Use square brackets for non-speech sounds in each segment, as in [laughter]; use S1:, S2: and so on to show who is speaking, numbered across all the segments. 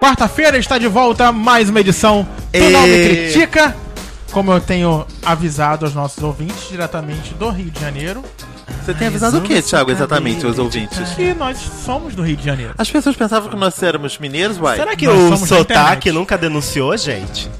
S1: quarta-feira está de volta mais uma edição do Não Me
S2: E-
S1: Critica. Como eu tenho avisado aos nossos ouvintes diretamente do Rio de Janeiro,
S2: Você tem avisado o que, Thiago, exatamente, os ouvintes?
S1: que nós somos do Rio de Janeiro.
S2: As pessoas pensavam que nós éramos mineiros, uai.
S3: Será que
S1: Nós
S3: o
S1: somos da
S3: sotaque
S1: internet.
S3: nunca denunciou, gente?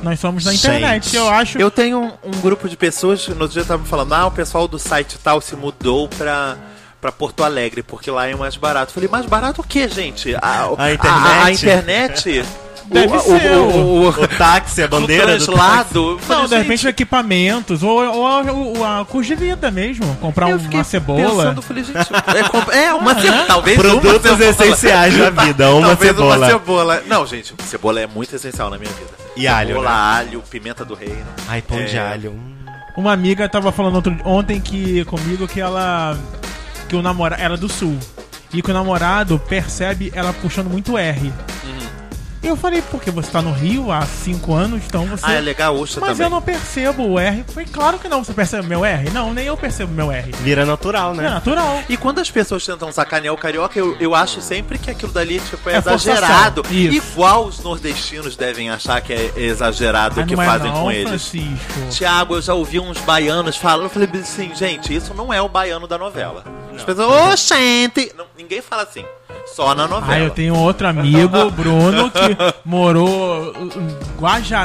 S1: Nós somos da
S3: Gente,
S1: internet, eu acho.
S2: Eu tenho um, um grupo de pessoas que no outro dia estavam falando, ah, o pessoal do site tal se mudou pra, pra Porto Alegre, porque lá é mais barato. Eu Falei, mais barato o que, gente? A,
S3: A
S2: a-
S3: internet?
S2: A, internet?
S1: Deve ser
S2: o, o,
S3: O táxi, a
S2: o
S3: é bandeira do táxi.
S2: translado? Eu falei,
S1: Não, de
S2: gente,
S1: repente equipamentos, ou, ou, ou a custo de vida mesmo. Comprar
S2: eu fiquei
S1: uma cebola.
S2: Pensando, falei, gente, é, comp- é uma cebola, talvez uma
S3: Produtos
S2: cebola.
S3: essenciais da vida, uma
S2: Talvez uma
S3: cebola.
S2: cebola. Não, gente, cebola é muito essencial na minha vida.
S3: E alho,
S2: Cebola,
S3: né?
S2: alho, pimenta do reino.
S3: Ai, pão de
S2: É.
S3: alho. hum.
S1: Uma amiga tava falando outro- ontem que comigo que ela. Que o namorado. Ela é do sul. E que o namorado percebe ela puxando muito R.
S2: Uhum.
S1: E eu falei, porque você tá no Rio há cinco anos, então você.
S2: Ah, é legal, ostra
S1: Mas
S2: também.
S1: eu não percebo o R. Foi claro que não, você percebe meu R? Não, nem eu percebo meu R.
S3: Vira natural,
S1: É
S3: né?
S1: natural.
S2: E quando as pessoas tentam sacanear o carioca, eu, eu acho sempre que aquilo dali tipo, é,
S1: É forçação.
S2: exagerado.
S1: Isso.
S2: Igual os nordestinos devem achar que é exagerado o
S1: Mas
S2: que
S1: não é
S2: fazem
S1: não,
S2: com eles.
S1: Francisco.
S2: Tiago, eu já ouvi uns baianos falando, eu falei assim, gente, isso não é o baiano da novela. As pessoas, ô gente! Não, ninguém fala assim, só na novela.
S1: Ah, eu tenho outro
S2: [laughs]
S1: amigo, Bruno, que morou uh, em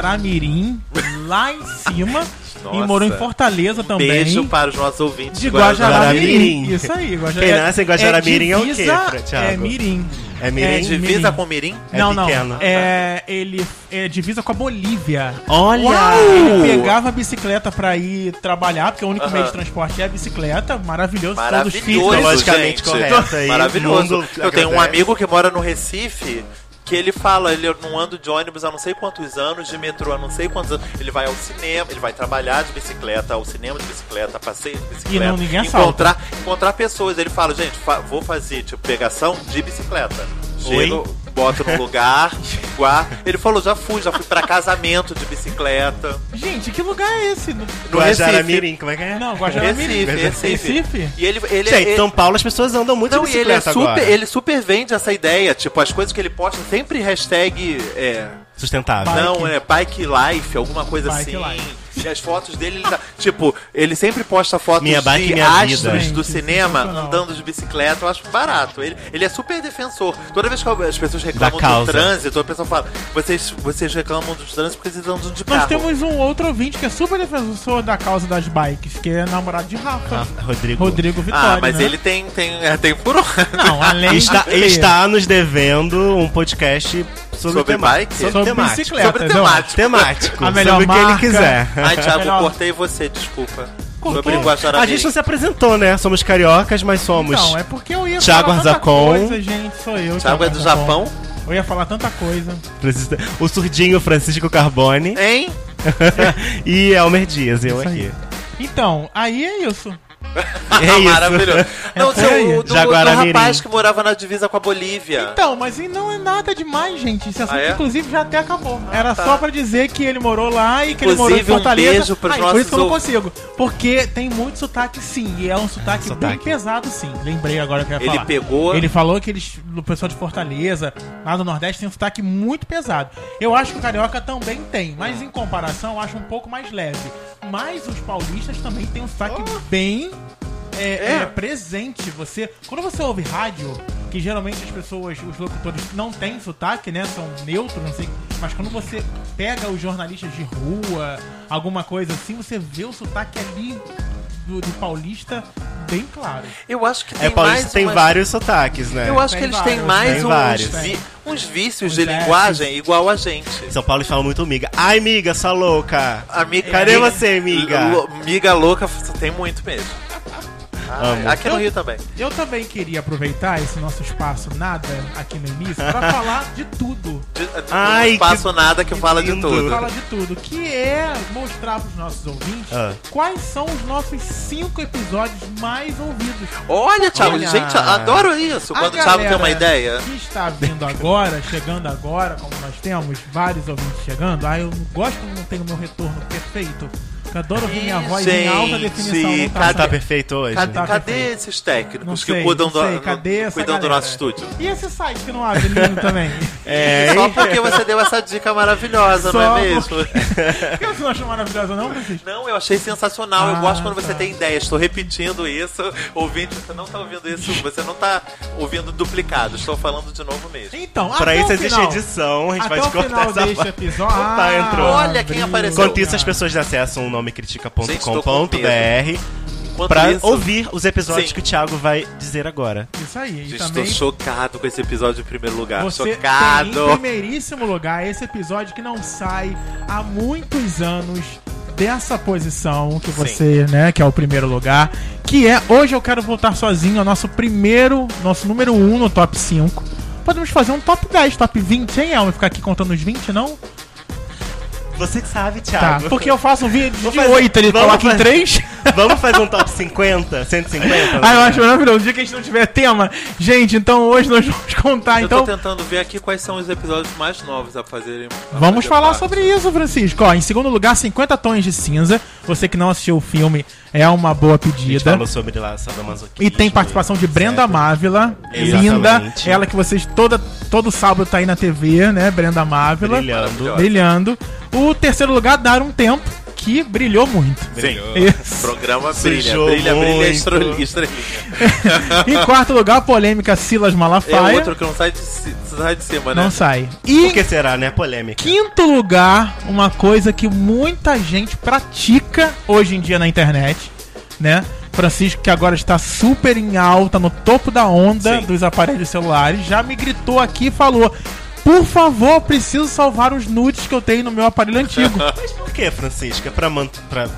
S1: Guajará-Mirim, lá em cima, e
S2: Nossa.
S1: morou em Fortaleza também.
S2: Beijo para os nossos ouvintes
S1: De Guajará-Mirim.
S3: Guajará-Mirim.
S1: Isso aí, Guajará.
S3: Quem nasce em Guajará-Mirim é o quê,
S1: divisa-
S3: Fra- Thiago?
S1: É Mirim.
S3: É mirim?
S1: É de-
S2: Divisa com Mirim?
S3: É
S1: não, não.
S3: pequeno.
S1: É, ele é divisa com a Bolívia.
S3: Olha!
S1: Ele pegava a bicicleta pra ir trabalhar, porque o único meio de transporte é a bicicleta. Maravilhoso. Todos fitness.
S2: Maravilhoso,
S3: Psicologicamente
S2: gente.
S3: correto aí,
S2: Maravilhoso.
S3: mundo
S2: Eu tenho um
S3: agradece.
S2: amigo que mora no Recife que ele fala, ele eu não ando de ônibus há não sei quantos anos, de metrô há não sei quantos anos. Ele vai ao cinema, ele vai trabalhar de bicicleta, ao cinema de bicicleta, passeio de bicicleta.
S1: E não, ninguém assalta.
S2: encontrar, encontrar pessoas. Ele fala, gente, fa- vou fazer tipo pegação de bicicleta. Chego,
S3: Oi?
S2: boto no lugar, [laughs] guardo. Ele falou, já fui, já fui pra casamento de bicicleta.
S1: Gente, que lugar é esse?
S2: No
S3: Guajará-Mirim, como é que é?
S1: Não, Guajará-Mirim.
S2: Recife, Recife.
S1: Recife?
S2: E ele, ele, é
S3: Gente,
S2: ele-
S3: São Paulo as pessoas andam muito
S2: Não,
S3: de
S2: e ele, é
S3: bicicleta
S2: super,
S3: agora.
S2: ele super vende essa ideia. Tipo, as coisas que ele posta sempre hashtag. É,
S3: Sustentável.
S1: Bike.
S2: Não, é Bike Life, alguma coisa
S1: Bike
S2: assim.
S1: Life.
S2: E as fotos dele, ele tá- tipo, ele sempre posta fotos
S3: Minha bike,
S2: de
S3: minha vida.
S2: astros do
S1: Gente,
S2: cinema
S1: sensacional.
S2: andando de bicicleta, eu acho barato. Ele, ele é super defensor. Toda vez que as pessoas reclamam do
S3: causa.
S2: trânsito, a pessoa fala: vocês, vocês reclamam do trânsito porque vocês andam de
S1: Nós
S3: Tá,
S2: carro.
S1: temos um outro ouvinte que é super defensor da causa das bikes, que é namorado de Rafa.
S3: Ah, Rodrigo.
S1: Rodrigo Vitória.
S2: Ah, mas
S1: né?
S2: ele tem, tem, é, tem por
S1: Não, além
S3: Está,
S1: de-
S3: ele está nos devendo um podcast sobre,
S2: Sobre
S3: tema-
S2: bike?
S3: Sobre,
S1: sobre
S3: temática.
S1: bicicletas.
S2: Sobre
S1: eu
S2: temática.
S1: acho.
S3: Temático.
S1: A melhor
S3: sobre o que ele
S1: marca.
S3: quiser.
S2: Ai, Thiago,
S1: Melhor-
S2: cortei você, desculpa.
S1: Cortou?
S2: Sobre Guajará
S3: A gente não se apresentou, né? Somos cariocas, mas somos.
S1: Não, é porque eu ia
S3: Thiago
S1: falar tanta
S3: Arzacon.
S1: coisa, gente. Sou eu.
S2: Thiago é do
S1: Arzacon.
S2: Japão?
S1: Eu ia falar tanta coisa.
S3: Francisco- O surdinho Francisco Carbone
S2: Hein?
S3: [laughs]
S2: É.
S3: e Elmer Dias, eu
S1: Isso
S3: aqui.
S1: aí. Então, aí é isso.
S3: É isso.
S2: [laughs] Maravilhoso. Não,
S1: Essa aí.
S2: o do, do
S3: Jaguaramirim.
S2: rapaz que morava na divisa com a Bolívia.
S1: Então, mas e não é nada demais, gente. Esse assunto,
S2: Ah, é?
S1: inclusive, já até acabou. Era
S2: tá.
S1: só pra dizer que ele morou lá e que ele
S2: Inclusive,
S1: morou em
S2: um
S1: Fortaleza.
S2: beijo pros
S1: Ai, Por
S2: nossos
S1: isso que eu não consigo. Porque tem muito sotaque, sim. E é um sotaque, bem
S3: sotaque.
S1: pesado, sim. Lembrei agora que eu ia
S2: Ele
S1: falar.
S2: pegou-
S1: Ele falou que eles, o pessoal de Fortaleza, lá do Nordeste, tem um sotaque muito pesado. Eu acho que o carioca também tem. Mas, em comparação, eu acho um pouco mais leve. Mas os paulistas também têm um sotaque bem é, é presente. Você, quando você ouve rádio, que geralmente as pessoas, os locutores não têm sotaque, né? São neutros, não sei. Mas quando você pega os jornalistas de rua, alguma coisa assim, você vê o sotaque ali do, do paulista bem claro.
S2: Eu acho que tem
S3: É, Paulista
S2: mais
S3: tem
S2: umas-
S3: vários sotaques, né?
S2: Eu acho
S1: Tem
S2: que eles
S1: vários,
S2: têm mais
S3: tem
S2: uns,
S3: vários.
S2: vi- uns vícios
S1: Uns
S2: de
S1: Fs.
S2: linguagem igual a gente.
S3: São Paulo fala muito miga. Ai, miga, sua louca.
S2: Amiga,
S3: Cadê você, miga?
S2: Miga louca, tem muito mesmo. Ah,
S3: Amo.
S2: aqui no Rio também.
S1: Eu também queria aproveitar esse nosso espaço nada aqui no início
S2: [laughs]
S1: para falar de tudo.
S2: De- de-
S3: Ai,
S2: não faço
S3: que
S2: nada que
S3: lindo.
S2: fala de tudo.
S1: Fala de tudo, que é mostrar pros nossos ouvintes
S3: Ah.
S1: quais são os nossos cinco episódios mais ouvidos.
S2: Olha, Thiago,
S3: Olha.
S2: gente, adoro isso.
S1: A
S2: Quando o Thiago tem uma
S1: galera
S2: ideia.
S1: Que está vindo agora, chegando agora, como nós temos vários ouvintes chegando, ah, eu não gosto, não tenho meu retorno perfeito. Eu adoro ouvir minha voz em
S2: Gente,
S1: alta definição. não
S2: cada-
S3: Tá
S1: certo.
S3: perfeito hoje?
S2: Cadê,
S1: Tá
S2: cadê
S1: perfeito.
S2: esses
S1: Não
S2: técnicos
S1: sei,
S2: que cuidam,
S1: não
S2: do,
S1: sei,
S2: no-
S1: cadê essa
S2: cuidam do
S1: galera?
S2: nosso estúdio?
S1: E esse site que não abre menino
S2: [laughs]
S1: também?
S3: É,
S2: Só porque você deu essa dica maravilhosa,
S1: Só
S2: não é mesmo?
S1: Por que você não achou maravilhosa não, Francisco?
S2: Não, eu achei sensacional.
S1: Ah,
S2: eu gosto quando você
S1: tá.
S2: tem ideia. Estou repetindo isso. Ouvinte, você não está ouvindo isso. Você não está ouvindo duplicado. Estou falando de novo mesmo.
S1: Então,
S3: pra
S1: até
S3: isso
S1: o
S3: existe
S1: final.
S3: edição, a gente
S1: Até
S3: vai
S1: o final
S3: descortar essa
S1: deste
S3: parte.
S1: episódio.
S3: Não tá,
S1: Ah,
S3: entrou.
S2: Olha quem apareceu.
S3: Enquanto isso,
S1: Cara.
S3: as pessoas acessam o
S2: Gente, tô com
S3: nomecritica.com.br
S2: Enquanto
S3: pra
S2: isso,
S3: ouvir os episódios
S2: Sim.
S3: que o Thiago vai dizer agora.
S1: Isso aí. E
S2: gente,
S1: também
S2: estou chocado com esse episódio em primeiro lugar.
S1: você
S2: chocado.
S1: tem em primeiríssimo lugar esse episódio que não sai há muitos anos dessa posição que você, né, que é o primeiro lugar, que é Hoje Eu Quero Voltar Sozinho, é o nosso primeiro, nosso número 1 um no top 5. Podemos fazer um top 10, top 20, hein, Elma? Ficar aqui contando os 20, não?
S3: Você que sabe,
S1: Tá,
S3: Thiago.
S1: porque eu faço um vídeo
S3: Vou
S1: de
S3: fazer-
S1: 8, ele
S3: vamos
S1: coloca em
S3: fazer-
S1: 3.
S3: [laughs] Vamos fazer um top 50? 150?
S1: Ah, eu acho maravilhoso. O dia que a gente não tiver tema, gente, então hoje nós vamos contar.
S2: Eu
S1: Então,
S2: tô tentando ver aqui quais são os episódios mais novos a fazerem. a
S1: Vamos
S2: fazer
S1: falar
S2: parte.
S1: sobre isso, Francisco. Ó, em segundo lugar, 50 tons de cinza. Você que não assistiu o filme, é uma boa
S3: A gente
S1: pedida.
S3: falou sobre lá, sadomasoquismo.
S1: E tem participação de Brenda
S3: etc.
S1: Mávila,
S3: Exatamente.
S1: linda. Ela que vocês toda, todo sábado tá aí na TV, né? Brenda Mávila.
S3: Brilhando.
S2: Maravilhosa.
S1: Brilhando. O terceiro lugar, Dar um Tempo, que brilhou muito.
S2: Sim.
S1: Isso.
S2: Programa brilha,
S3: Sujou
S2: brilha, brilha,
S3: muito.
S2: estrelinha, estrelinha.
S1: em quarto lugar, a polêmica Silas
S2: É
S1: Malafaia.
S2: outro que não sai de, ci- sai de cima, né?
S1: Não sai. E
S3: O que será, né? Polêmica.
S1: quinto lugar, uma coisa que muita gente pratica hoje em dia na internet, né? Francisco, que agora está super em alta, no topo da onda
S2: Sim.
S1: dos aparelhos celulares, já me gritou aqui e falou: Por favor, preciso salvar os nudes que eu tenho no meu aparelho
S2: [laughs]
S1: antigo.
S3: Mas por que, Francisca? Pra manter. Pra...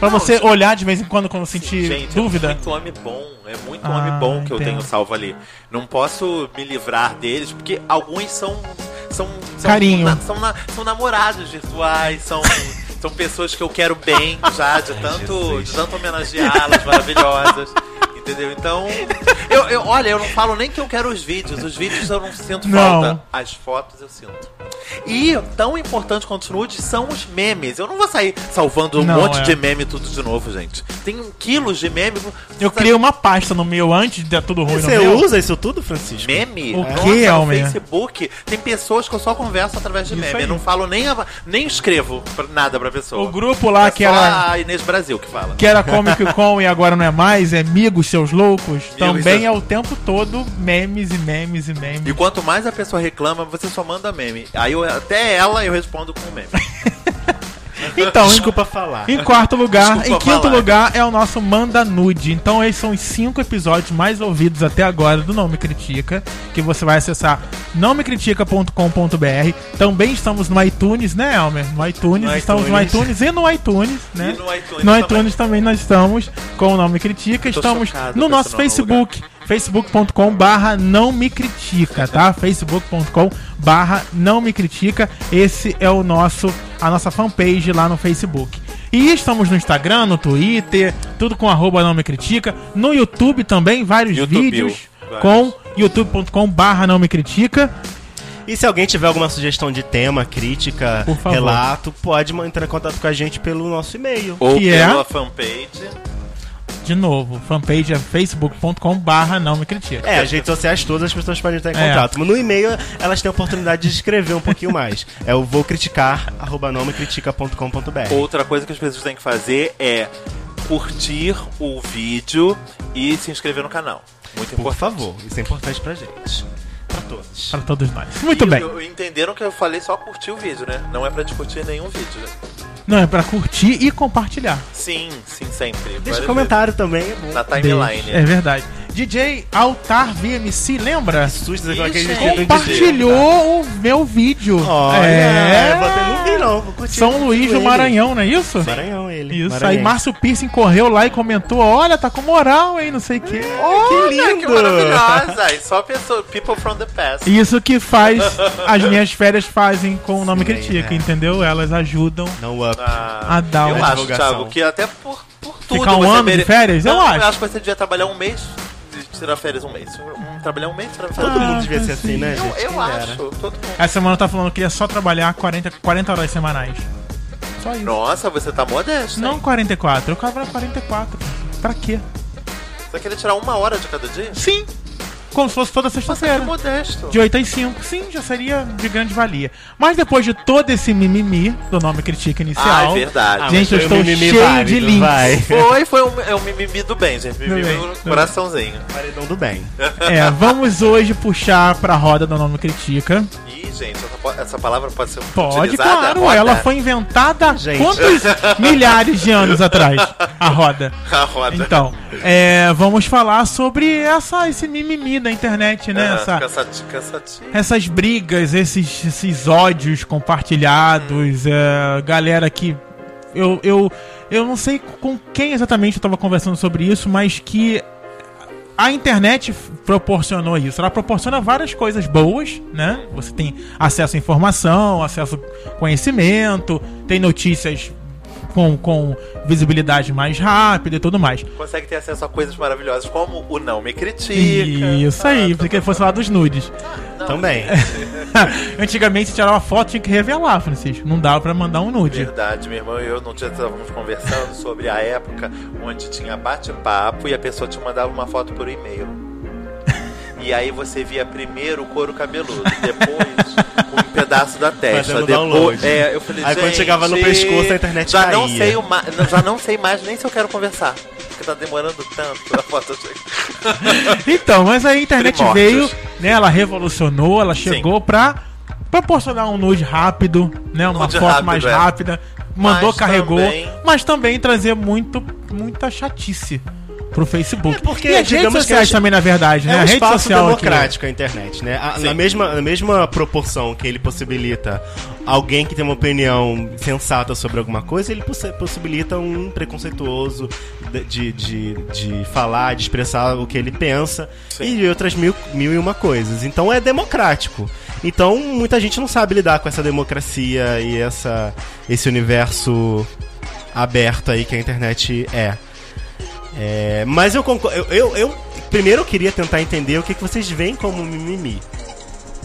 S1: Pra
S2: Não,
S1: você
S2: gente-
S1: olhar de vez em quando quando sentir
S2: Gente, é
S1: dúvida.
S2: muito homem bom. É muito
S1: Ah,
S2: homem bom que eu
S1: entendo.
S2: tenho salvo ali. Não posso me livrar deles, porque alguns são. São. são
S1: Carinho.
S2: na- são, na- são namorados virtuais,
S1: [laughs]
S2: são. São pessoas que eu quero bem já, de tanto,
S3: Jesus.
S2: de tanto homenageá-las, maravilhosas. Entendeu? Então. Eu, eu- olha, eu não falo nem que eu quero os vídeos. Os vídeos eu não sinto
S1: Não.
S2: falta. As fotos eu sinto. E tão importante quanto os nudes são os memes. Eu não vou sair salvando um
S1: Não,
S2: monte
S1: é.
S2: de meme tudo de novo, gente. Tem quilos de meme.
S1: Eu criei uma pasta no meu antes de dar tudo ruim no
S3: Você
S1: meu.
S3: usa isso tudo, Francisco?
S2: Meme?
S1: O
S2: Nossa,
S1: quê,
S2: no
S1: Almeida?
S2: Facebook tem pessoas que eu só converso através de
S1: Isso
S2: meme.
S1: aí.
S2: Eu não falo nem, a- nem escrevo pra- nada pra pessoa.
S1: O grupo lá
S2: é
S1: que
S2: só
S1: era-
S2: a Inês Brasil que fala.
S1: que era Comic Con e agora não é mais, é Migos Seus Loucos, também
S2: seus-
S1: é o tempo todo memes e memes e memes.
S2: E quanto mais a pessoa reclama, você só manda meme. Aí eu- até ela eu respondo com
S1: [laughs]
S2: meme.
S1: Então, em-
S3: Desculpa falar.
S1: em quarto lugar,
S2: Desculpa
S1: em quinto
S2: falar.
S1: lugar é o nosso Manda Nude. Então, esses são os cinco episódios mais ouvidos até agora do Não Me Critica, que você vai acessar nãomecritica.com.br. Também estamos no iTunes, né, Elmer? No iTunes,
S3: No
S1: estamos
S3: iTunes.
S1: no iTunes e no iTunes, né?
S2: E no iTunes
S1: No
S2: também.
S1: iTunes também nós estamos com o Não Me Critica.
S2: Tô
S1: Estamos
S2: chocado
S1: no
S2: com
S1: nosso
S2: esse nono
S1: Facebook, facebook.com barra não me critica, tá? facebook.com barra não me critica. Esse é o nosso, a nossa fanpage lá no Facebook. E estamos no Instagram, no Twitter, tudo com arroba não me critica. No YouTube também, vários
S2: YouTube,
S1: vídeos
S2: vários.
S1: com youtube.com barra não me critica.
S3: E se alguém tiver alguma sugestão de tema, crítica,
S1: Por favor.
S3: relato, pode entrar em contato com a gente pelo nosso e-mail.
S2: Ou
S1: Que é?
S2: pela fanpage.
S1: De novo, fanpage é facebook.com barra não me critica.
S3: É, as redes sociais todas as pessoas podem entrar em
S1: É.
S3: contato. Mas no e-mail elas têm a oportunidade de escrever um pouquinho mais. [laughs] É o vou criticar, arroba nomecritica.com.br.
S2: Outra coisa que as pessoas têm que fazer é curtir o vídeo e se inscrever no canal. Muito
S3: Por
S2: importante.
S3: favor, isso é importante pra gente. Pra todos.
S1: Para todos nós. Muito bem.
S2: E, entenderam que eu falei só curtir o vídeo, né? Não é pra discutir nenhum vídeo. né?
S1: Não, é pra curtir e compartilhar.
S2: Sim, sim, sempre.
S3: Deixa
S2: Várias
S3: comentário também, é bom.
S2: vezes. Na
S1: Deus,
S2: timeline.
S1: É verdade. DJ Altar VMC, lembra?
S3: Susto,
S2: Ih,
S3: aquele
S2: gente.
S3: dedo de-
S1: Compartilhou o meu vídeo.
S3: Tá. Olha,
S1: é.
S3: eu botei- não vi não, vou curtir.
S1: São Luís do
S3: Ele.
S1: Maranhão, não é isso?
S3: Maranhão, ele.
S1: Isso.
S3: Maranhense.
S1: Aí Márcio Piercing correu lá e comentou: Olha, tá com moral, hein? Não sei o quê. Olha.
S3: Que
S2: Olha,
S3: lindo!
S2: Ah, que maravilhosa! E só pessoa, people from the past.
S1: Isso que faz
S3: [laughs]
S1: as minhas férias fazem com o nome
S3: Sim,
S1: critica,
S3: né?
S1: entendeu? Elas ajudam.
S3: Não up.
S2: Ah,
S1: Ah, dá
S2: eu
S1: uma
S2: acho,
S3: divulgação.
S2: Thiago, que até por, por tudo.
S1: Ficar um
S2: você
S1: ano de férias? Eu
S2: Não,
S1: acho.
S2: que você devia trabalhar um mês, e tirar férias um mês. Um- trabalhar um mês, tirar férias
S3: Todo
S2: um mês.
S3: mundo devia ser
S1: sim.
S3: assim, né,
S2: Eu,
S3: gente?
S2: eu
S3: Quem dera.
S2: acho. Todo mundo.
S1: Essa semana tá falando que ia só trabalhar 40, 40 horas semanais. Só isso.
S2: Nossa, você tá modesta.
S1: Não
S2: Não.
S1: 44, eu quero 44. Pra quê?
S2: Você queria tirar uma hora de cada dia?
S1: Sim. Como se fosse toda
S2: Você é
S1: sexta-feira.
S2: modesto.
S1: De 8 às 5, sim, já seria de grande valia. Mas depois de todo esse mimimi do nome critica
S2: Ah,
S1: inicial,
S2: é
S3: Ah,
S2: verdade.
S1: Gente,
S3: mas foi
S1: eu estou
S3: um mimimi
S1: cheio
S3: válido,
S1: de links.
S3: Vai.
S2: Foi, foi um, é um mimimi do bem, gente. Mimimi
S1: Do bem,
S2: do
S1: do
S2: coraçãozinho.
S3: Paredão do bem.
S1: é, vamos hoje puxar pra roda do nome critica.
S2: Ih, gente, essa, po- essa palavra pode ser
S1: Pode,
S2: utilizada?
S1: claro,
S2: Roda.
S1: ela foi inventada há
S3: Gente.
S1: quantos milhares de anos atrás? A
S2: [laughs]
S1: roda.
S2: [laughs] A roda.
S1: Então, é, vamos falar sobre essa, esse mimimi da internet, né?
S2: Aham,
S1: Essa-
S2: cansati- cansativo.
S1: essas brigas, esses, esses ódios compartilhados, é, galera que. Eu, eu, eu não sei com quem exatamente eu tava conversando sobre isso, mas que a internet f- proporcionou isso. Ela proporciona várias coisas boas, né? Você tem acesso à informação, acesso ao conhecimento, tem notícias com, com visibilidade mais rápida e tudo mais.
S2: Consegue ter acesso a coisas maravilhosas como o Não Me Critica.
S1: Isso aí,
S2: Ah, tá,
S1: pensei que
S2: tá,
S1: fosse lá dos nudes.
S2: tá. Não,
S3: Também.
S1: [laughs] Antigamente, se tirar uma foto, tinha que revelar, Francisco. Não dava pra mandar um nude.
S2: Verdade, meu irmão e eu não tinha, estávamos conversando sobre a época onde tinha bate-papo e a pessoa te mandava uma foto
S3: [laughs]
S2: por e-mail. E aí você via primeiro o couro cabeludo,
S3: [laughs]
S2: depois um pedaço da testa.
S3: Fazendo
S2: Depois,
S3: download.
S2: é, eu falei,
S3: Aí quando
S2: "Gente,
S3: chegava no pescoço, a internet
S2: já não
S3: caía."
S2: sei o ma- Já não sei mais nem se eu quero conversar. Porque tá demorando tanto a foto chegar.
S1: Então, mas aí a internet
S2: Primórdios.
S1: veio, né? Ela revolucionou, ela chegou pra proporcionar um nude rápido, né? Uma
S2: Nude
S1: foto
S2: rápido,
S1: mais
S2: é.
S1: rápida. Mandou,
S2: Mas
S1: carregou.
S2: também-
S1: Mas também trazer muito, muita chatice pro Facebook.
S3: É, porque,
S1: e as redes
S3: digamos que
S1: sociais
S3: elas-
S1: também, na verdade,
S3: É
S1: né?
S3: um
S1: a rede
S3: espaço
S1: social aqui-
S3: democrático a internet, né? A- na, mesma, na mesma proporção que ele possibilita alguém que tem uma opinião sensata sobre alguma coisa, ele possi- possibilita um preconceituoso de, de, de, de falar, de expressar o que ele pensa
S2: Sim.
S3: e outras mil, mil e uma coisas. Então é democrático. Então muita gente não sabe lidar com essa democracia e essa, esse universo aberto aí que a internet é. É, mas eu concordo. Eu, eu, eu- primeiro eu queria tentar entender o que, que vocês veem como mimimi.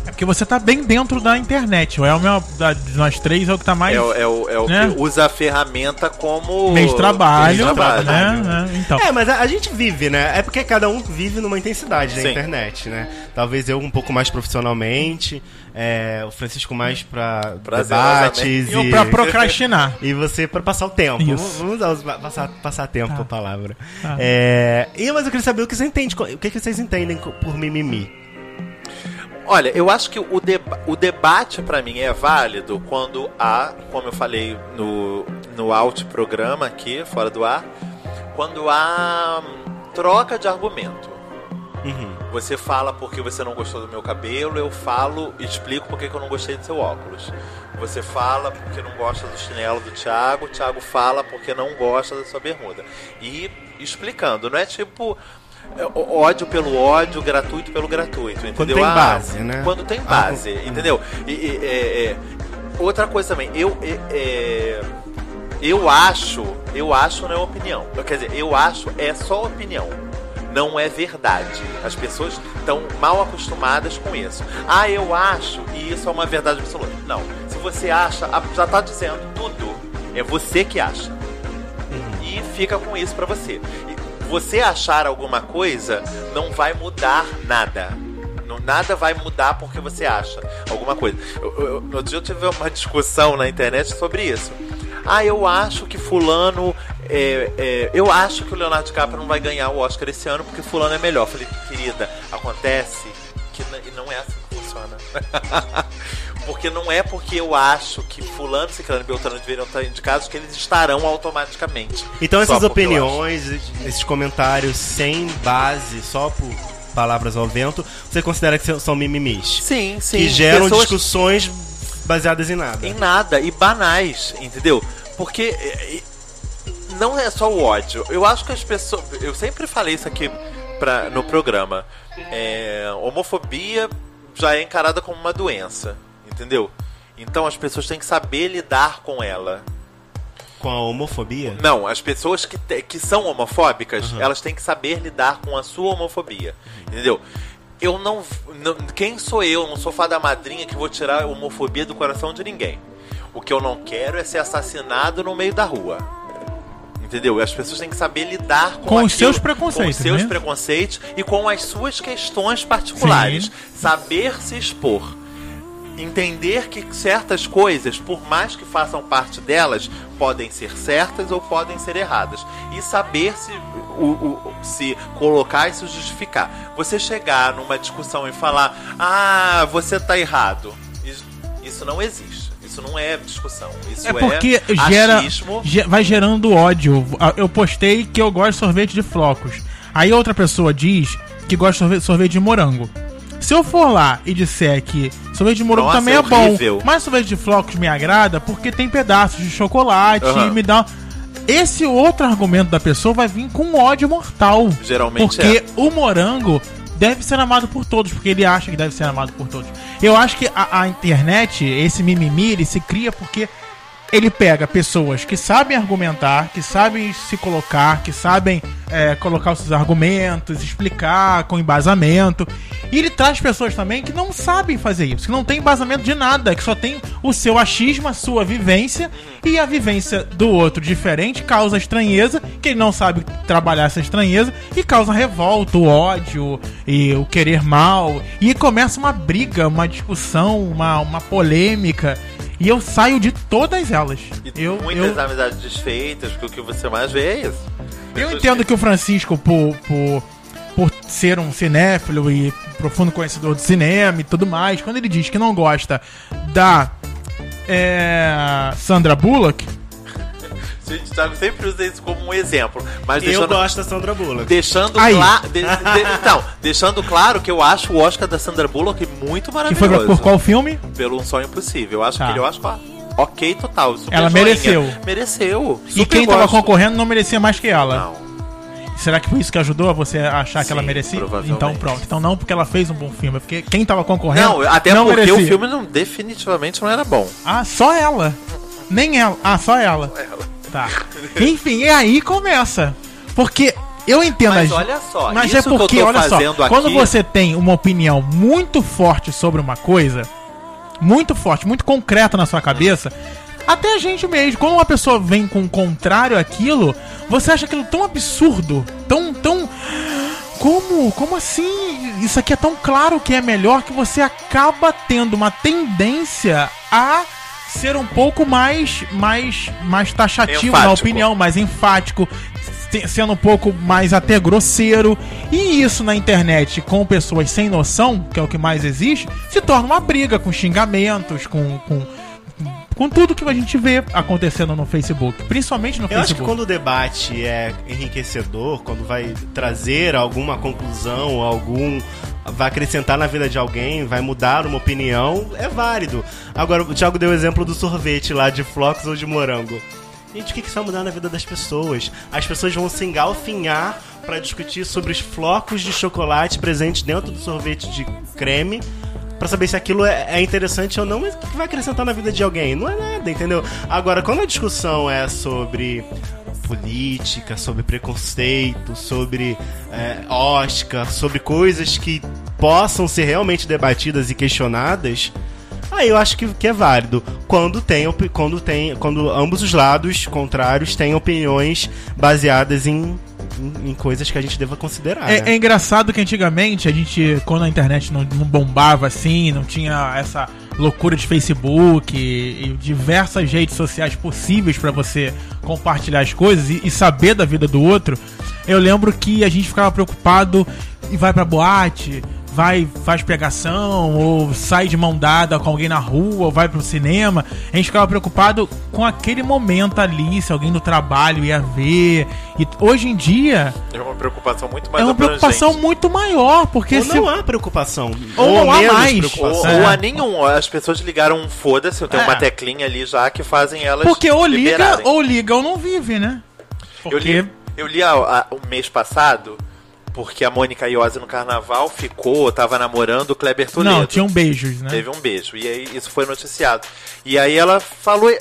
S1: É porque você tá bem dentro da internet. O Elmer, é da- de nós três, é o que tá mais.
S2: É, o- é o, é o
S1: Né?
S2: que usa a ferramenta como.
S1: Meio de trabalho,
S2: meio de trabalho.
S1: né? né? Então.
S3: É, mas a, a gente vive, né? É porque cada um vive numa intensidade da
S2: Sim.
S3: internet, né? Talvez eu um pouco mais profissionalmente, é, o Francisco mais pra
S2: Prazerosamente.
S3: debates
S1: Eu
S3: e,
S1: pra procrastinar.
S3: e você pra passar o tempo.
S1: Isso.
S3: Vamos, vamos usar os- passar, passar tempo
S1: Tá.
S3: a palavra.
S1: Tá.
S3: É, e, mas eu queria saber o que você entende, co- o que, que vocês entendem co- por mimimi.
S2: Olha, eu acho que o, deba- o debate pra mim é válido quando há, como eu falei no, no alt programa aqui, fora do ar, quando há hum, troca de argumento.
S3: Uhum.
S2: Você fala porque você não gostou do meu cabelo, eu falo e explico porque que eu não gostei do seu óculos. Você fala porque não gosta do chinelo do Thiago, o Thiago fala porque não gosta da sua bermuda. E explicando, não é tipo é, ó- ódio pelo ódio, gratuito pelo gratuito, entendeu?
S3: tem
S2: Ah,
S3: base, né?
S2: Quando tem base, entendeu? E, e, é, é, outra coisa também, eu... é, é, eu acho, eu acho não é opinião. Quer dizer, eu acho é só opinião. Não é verdade. As pessoas estão mal acostumadas com isso. Ah, eu acho e isso é uma verdade absoluta. Não. Se você acha, ah, já tá dizendo tudo. É você que acha. E fica com isso pra você. E você achar alguma coisa não vai mudar nada. Não- Nada vai mudar porque você acha alguma coisa. Eu, eu, eu- no outro dia eu tive uma discussão na internet sobre isso. Ah, eu acho que fulano. é, é, eu acho que o Leonardo DiCaprio não vai ganhar o Oscar esse ano porque fulano é melhor. Eu Falei, querida, acontece que n- não é assim que funciona. [laughs] Porque não é porque eu acho que fulano, ciclano e beltrano deveriam estar indicados que eles estarão automaticamente.
S3: Então
S2: Só
S3: essas
S2: porque eu acho.
S3: opiniões, esses comentários sem base, só por palavras ao vento, você considera que são mimimis?
S2: Sim, sim.
S3: que geram
S2: Pessoas
S3: discussões baseadas em nada.
S2: em nada e banais, entendeu? Porque é, é, não é só o ódio. Eu acho que as pessoas. Eu sempre falei isso aqui pra, no programa. É, homofobia já é encarada como uma doença, entendeu? Então as pessoas têm que saber lidar com ela.
S3: Com a homofobia?
S2: Não, as pessoas que, te- que são homofóbicas, elas têm que saber lidar com a sua homofobia. Entendeu? Eu não, não- Quem sou eu? Não sou fada madrinha que vou tirar a homofobia do coração de ninguém. O que eu não quero é ser assassinado no meio da rua. Entendeu? E As pessoas têm que saber lidar com,
S1: Com os
S2: aquilo,
S1: seus preconceitos,
S2: com os seus
S1: né?
S2: preconceitos e com as suas questões particulares.
S1: Sim.
S2: Saber se expor. Entender que certas coisas, por mais que façam parte delas, podem ser certas ou podem ser erradas. E saber se, o, o- se colocar e se justificar. Você chegar numa discussão e falar, ah, você tá errado. Isso, isso não existe. Isso não é discussão. Isso
S1: É porque gera,
S2: achismo.
S1: ge- vai gerando ódio. Ah, Eu postei que eu gosto de sorvete de flocos. Aí outra pessoa diz que gosta de sorvete, sorvete de morango. Se eu for lá e disser que sorvete de morango
S2: Nossa,
S1: também é,
S2: é horrível.
S1: bom, mas sorvete de flocos me agrada porque tem pedaços de chocolate
S2: Aham.
S1: e me dá. um, Esse outro argumento da pessoa vai vir com ódio mortal.
S2: Geralmente
S1: Porque o morango deve ser amado por todos, porque ele acha que deve ser amado por todos. Eu acho que a, a internet, esse mimimi, ele se cria porque ele pega pessoas que sabem argumentar, que sabem se colocar, que sabem é, colocar os seus argumentos, explicar com embasamento. E ele traz pessoas também que não sabem fazer isso, que não tem embasamento de nada, que só tem o seu achismo, a sua vivência,
S2: Uhum.
S1: e a vivência do outro diferente causa estranheza, que ele não sabe trabalhar essa estranheza, e causa revolta, o ódio, e o querer mal. E começa uma briga, uma discussão, uma, uma polêmica. E eu saio de todas elas.
S2: E
S1: Eu,
S2: muitas
S1: eu,
S2: amizades desfeitas, que o que você mais vê é isso.
S1: eu entendo que o Francisco, por, por, por ser um cinéfilo e profundo conhecedor de cinema e tudo mais, quando ele diz que não gosta da é, Sandra Bullock,
S2: Gente, Thiago sempre usa isso como um exemplo. Mas
S3: Eu
S2: deixando,
S3: gosto da Sandra Bullock.
S2: deixando
S1: Aí.
S2: claro. então, deixando claro que eu acho o Oscar da Sandra Bullock muito
S1: que foi
S2: maravilhoso.
S1: pra- por qual filme?
S2: Pelo Um Sonho Impossível. Eu acho
S1: Tá.
S2: que ele é o Oscar. Ok, total. super
S1: Ela
S2: joinha.
S1: mereceu.
S2: Mereceu.
S1: e quem
S2: gosto.
S1: tava concorrendo não merecia mais que ela.
S2: Não.
S1: Será que foi isso que ajudou a você achar que
S2: Sim,
S1: ela merecia?
S2: provavelmente.
S1: Então pronto. Então não porque ela fez um bom filme, é porque quem tava concorrendo.
S2: Não, até
S1: não
S2: porque o
S1: merecia.
S2: filme não, definitivamente não era bom.
S1: Ah, só ela. Nem ela. Ah, só ela.
S2: [laughs]
S1: Tá. Enfim, e aí começa. Porque eu entendo
S2: Mas
S1: as-
S2: olha só,
S1: Mas
S2: isso
S1: é porque,
S2: que eu tô
S1: olha só,
S2: fazendo aqui.
S1: quando você tem uma opinião muito forte sobre uma coisa, muito forte, muito concreta na sua cabeça, até a gente mesmo, quando uma pessoa vem com o contrário àquilo, você acha aquilo tão absurdo, tão, tão. Como? Como assim? Isso aqui é tão claro que é melhor que você acaba tendo uma tendência a ser um pouco mais mais mais taxativo na
S2: Enfático.
S1: opinião, mais enfático, se- sendo um pouco mais até grosseiro. E isso na internet com pessoas sem noção, que é o que mais existe, se torna uma briga com xingamentos, com com, com tudo que a gente vê acontecendo no Facebook, principalmente no
S3: Eu acho que
S1: Facebook.
S3: quando o debate é enriquecedor, quando vai trazer alguma conclusão, algum. vai acrescentar na vida de alguém, vai mudar uma opinião, é válido. Agora, o Thiago deu o exemplo do sorvete lá, de flocos ou de morango. Gente, o que que isso vai mudar na vida das pessoas? As pessoas vão se engalfinhar pra discutir sobre os flocos de chocolate presentes dentro do sorvete de creme Pra saber se aquilo é, é interessante ou não, mas o que vai acrescentar na vida de alguém? Não é nada, entendeu? Agora, quando a discussão é sobre política, sobre preconceito, sobre é, Oscar, sobre coisas que possam ser realmente debatidas e questionadas, aí eu acho que, que é válido. Quando tem, opi- quando tem, quando ambos os lados contrários têm opiniões baseadas em, em, em coisas que a gente deva considerar. né?
S1: É, é engraçado que antigamente a gente, quando a internet não, não bombava assim, não tinha essa loucura de Facebook e, e diversas redes sociais possíveis pra você compartilhar as coisas e, e saber da vida do outro. Eu lembro que a gente ficava preocupado e vai pra boate, vai faz pegação ou sai de mão dada com alguém na rua, ou vai pro cinema. A gente ficava preocupado com aquele momento ali, se alguém do trabalho ia ver. E hoje em dia
S2: É uma preocupação muito mais
S1: é uma
S2: abrangente.
S1: preocupação muito maior, porque
S3: Ou
S1: se.
S3: não há preocupação.
S1: Ou não há
S3: menos
S1: mais.
S2: Ou,
S3: preocupação.
S2: ou
S1: É.
S2: a nenhum, as pessoas ligaram um foda-se, eu tenho
S1: É.
S2: uma teclinha ali já que fazem elas.
S1: Porque ou liga,
S2: liberarem.
S1: ou liga ou não vive, né?
S2: Eu li, eu li a, a- o mês passado, porque a Mônica Iose no carnaval ficou, tava namorando o Kleber Toledo.
S1: Não, tinham beijos, né?
S2: Teve um beijo. E aí isso foi noticiado. E aí ela falou e-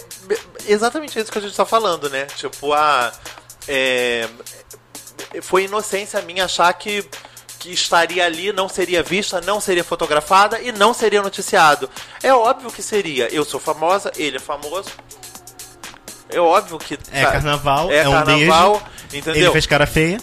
S2: exatamente isso que a gente tá falando, né? Tipo, a. é, foi inocência minha achar que. que estaria ali, não seria vista, não seria fotografada e não seria noticiado. É óbvio que seria. Eu sou famosa, ele é famoso. É óbvio que.
S3: É
S2: sabe?
S3: carnaval,
S2: é,
S3: é um
S2: carnaval, entendeu?
S3: Ele fez cara feia.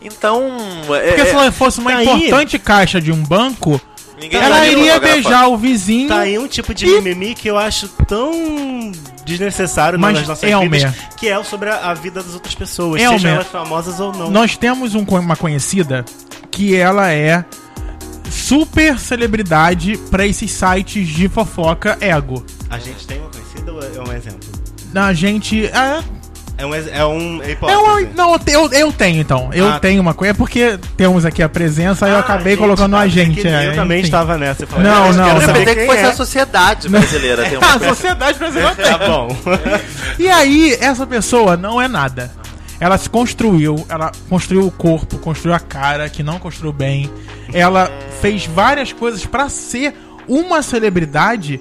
S2: então. é-
S1: Porque se
S2: é- Tá
S1: ela fosse uma
S3: Tá aí.
S1: importante caixa de um banco,
S2: ninguém
S1: ela
S2: estaria
S1: iria
S2: fotografando.
S1: beijar o vizinho.
S3: Tá aí um tipo de mimimi que eu acho tão desnecessário
S1: Mas
S3: nas nossas
S1: Elmer.
S3: vidas, que é sobre a, a vida das outras pessoas,
S1: Elmer.
S3: sejam elas famosas ou não.
S1: Nós temos um co- uma conhecida que ela é super celebridade pra esses sites de fofoca ego.
S3: A gente tem uma conhecida ou é um exemplo?
S1: A gente. ah,
S3: É um... ex- É um é
S1: é
S3: hipótese.
S1: uma- não, eu, eu tenho então. Eu
S3: Ah, tá.
S1: tenho uma coisa. É porque temos aqui a presença eu
S3: Ah,
S1: acabei
S3: gente,
S1: colocando
S3: tá,
S1: a
S3: pensei
S1: gente.
S3: que
S1: é,
S3: eu também
S1: enfim.
S3: estava nessa. eu falei,
S1: Não,
S3: eu
S1: não,
S3: quero
S1: não.
S2: Eu
S3: saber
S2: pensei
S3: quem
S2: que fosse
S3: é.
S2: a sociedade brasileira. [laughs] tem um uma
S1: Tá, A sociedade brasileira tem.
S3: [laughs] Tá bom. [laughs]
S1: E aí, essa pessoa não é nada. Ela se construiu, ela construiu o corpo, construiu a cara, que não construiu bem. Ela fez várias coisas pra ser uma celebridade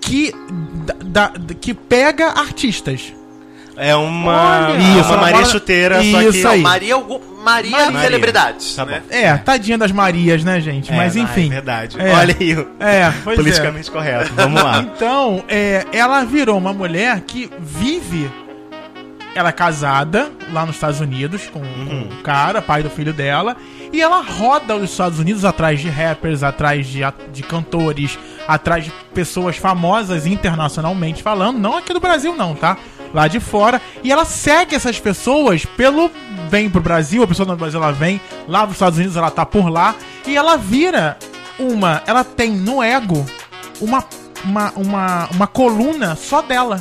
S1: que, da- da- que pega artistas.
S3: É uma,
S1: Olha.
S3: uma
S1: Isso, uma
S3: Maria
S1: bola-
S3: Chuteira, só que...
S1: Isso aí.
S2: Maria, algum, Maria,
S1: Maria.
S2: Celebridades.
S3: Tá
S2: né?
S3: bom.
S1: É, tadinha das Marias, né, gente?
S3: É,
S1: Mas
S3: não,
S1: enfim.
S3: É verdade.
S1: É.
S3: Olha aí, o
S1: É, pois é.
S3: politicamente correto. Vamos lá.
S1: Então, é, ela virou uma mulher que vive. Ela é casada lá nos Estados Unidos com, com um cara, pai do filho dela, e ela roda os Estados Unidos atrás de rappers, atrás de, a- de cantores, atrás de pessoas famosas internacionalmente falando, não aqui do Brasil não, tá? Lá de fora, e ela segue essas pessoas pelo vem pro Brasil, a pessoa do Brasil ela vem, lá nos Estados Unidos ela tá por lá, e ela vira uma, ela tem no ego uma, uma, uma, uma coluna só dela.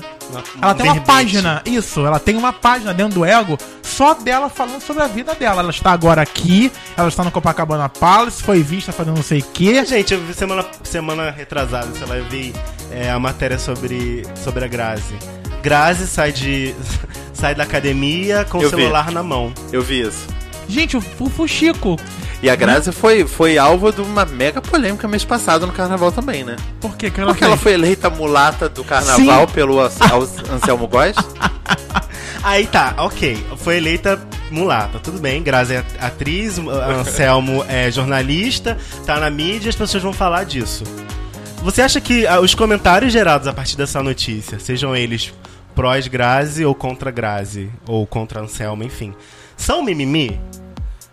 S1: Ela tem uma
S3: verbete.
S1: página, isso, ela tem uma página dentro do ego só dela falando sobre a vida dela. Ela está agora aqui, ela está no Copacabana Palace, foi vista fazendo não sei o quê.
S3: É, Gente, eu vi semana, semana retrasada, sei lá, eu vi é, a matéria sobre, sobre a Grazi. Grazi sai, de, [laughs] sai da academia com
S2: Eu
S3: o
S2: vi.
S3: celular na mão.
S2: Eu vi isso.
S1: Gente, o Fufu Chico,
S2: E a Grazi foi, foi alvo de uma mega polêmica mês passado no carnaval também, né?
S1: por quê? que ela,
S2: Porque ela
S1: fez?
S2: foi eleita mulata do carnaval pelo An- Al-
S1: [laughs]
S2: Anselmo Góes.
S3: Aí tá, ok. Foi eleita mulata, tudo bem. Grazi é atriz, Anselmo é jornalista, tá na mídia, as pessoas vão falar disso. Você acha que ah, os comentários gerados a partir dessa notícia, sejam eles prós Grazi ou contra Grazi, ou contra Anselmo, enfim, são mimimi?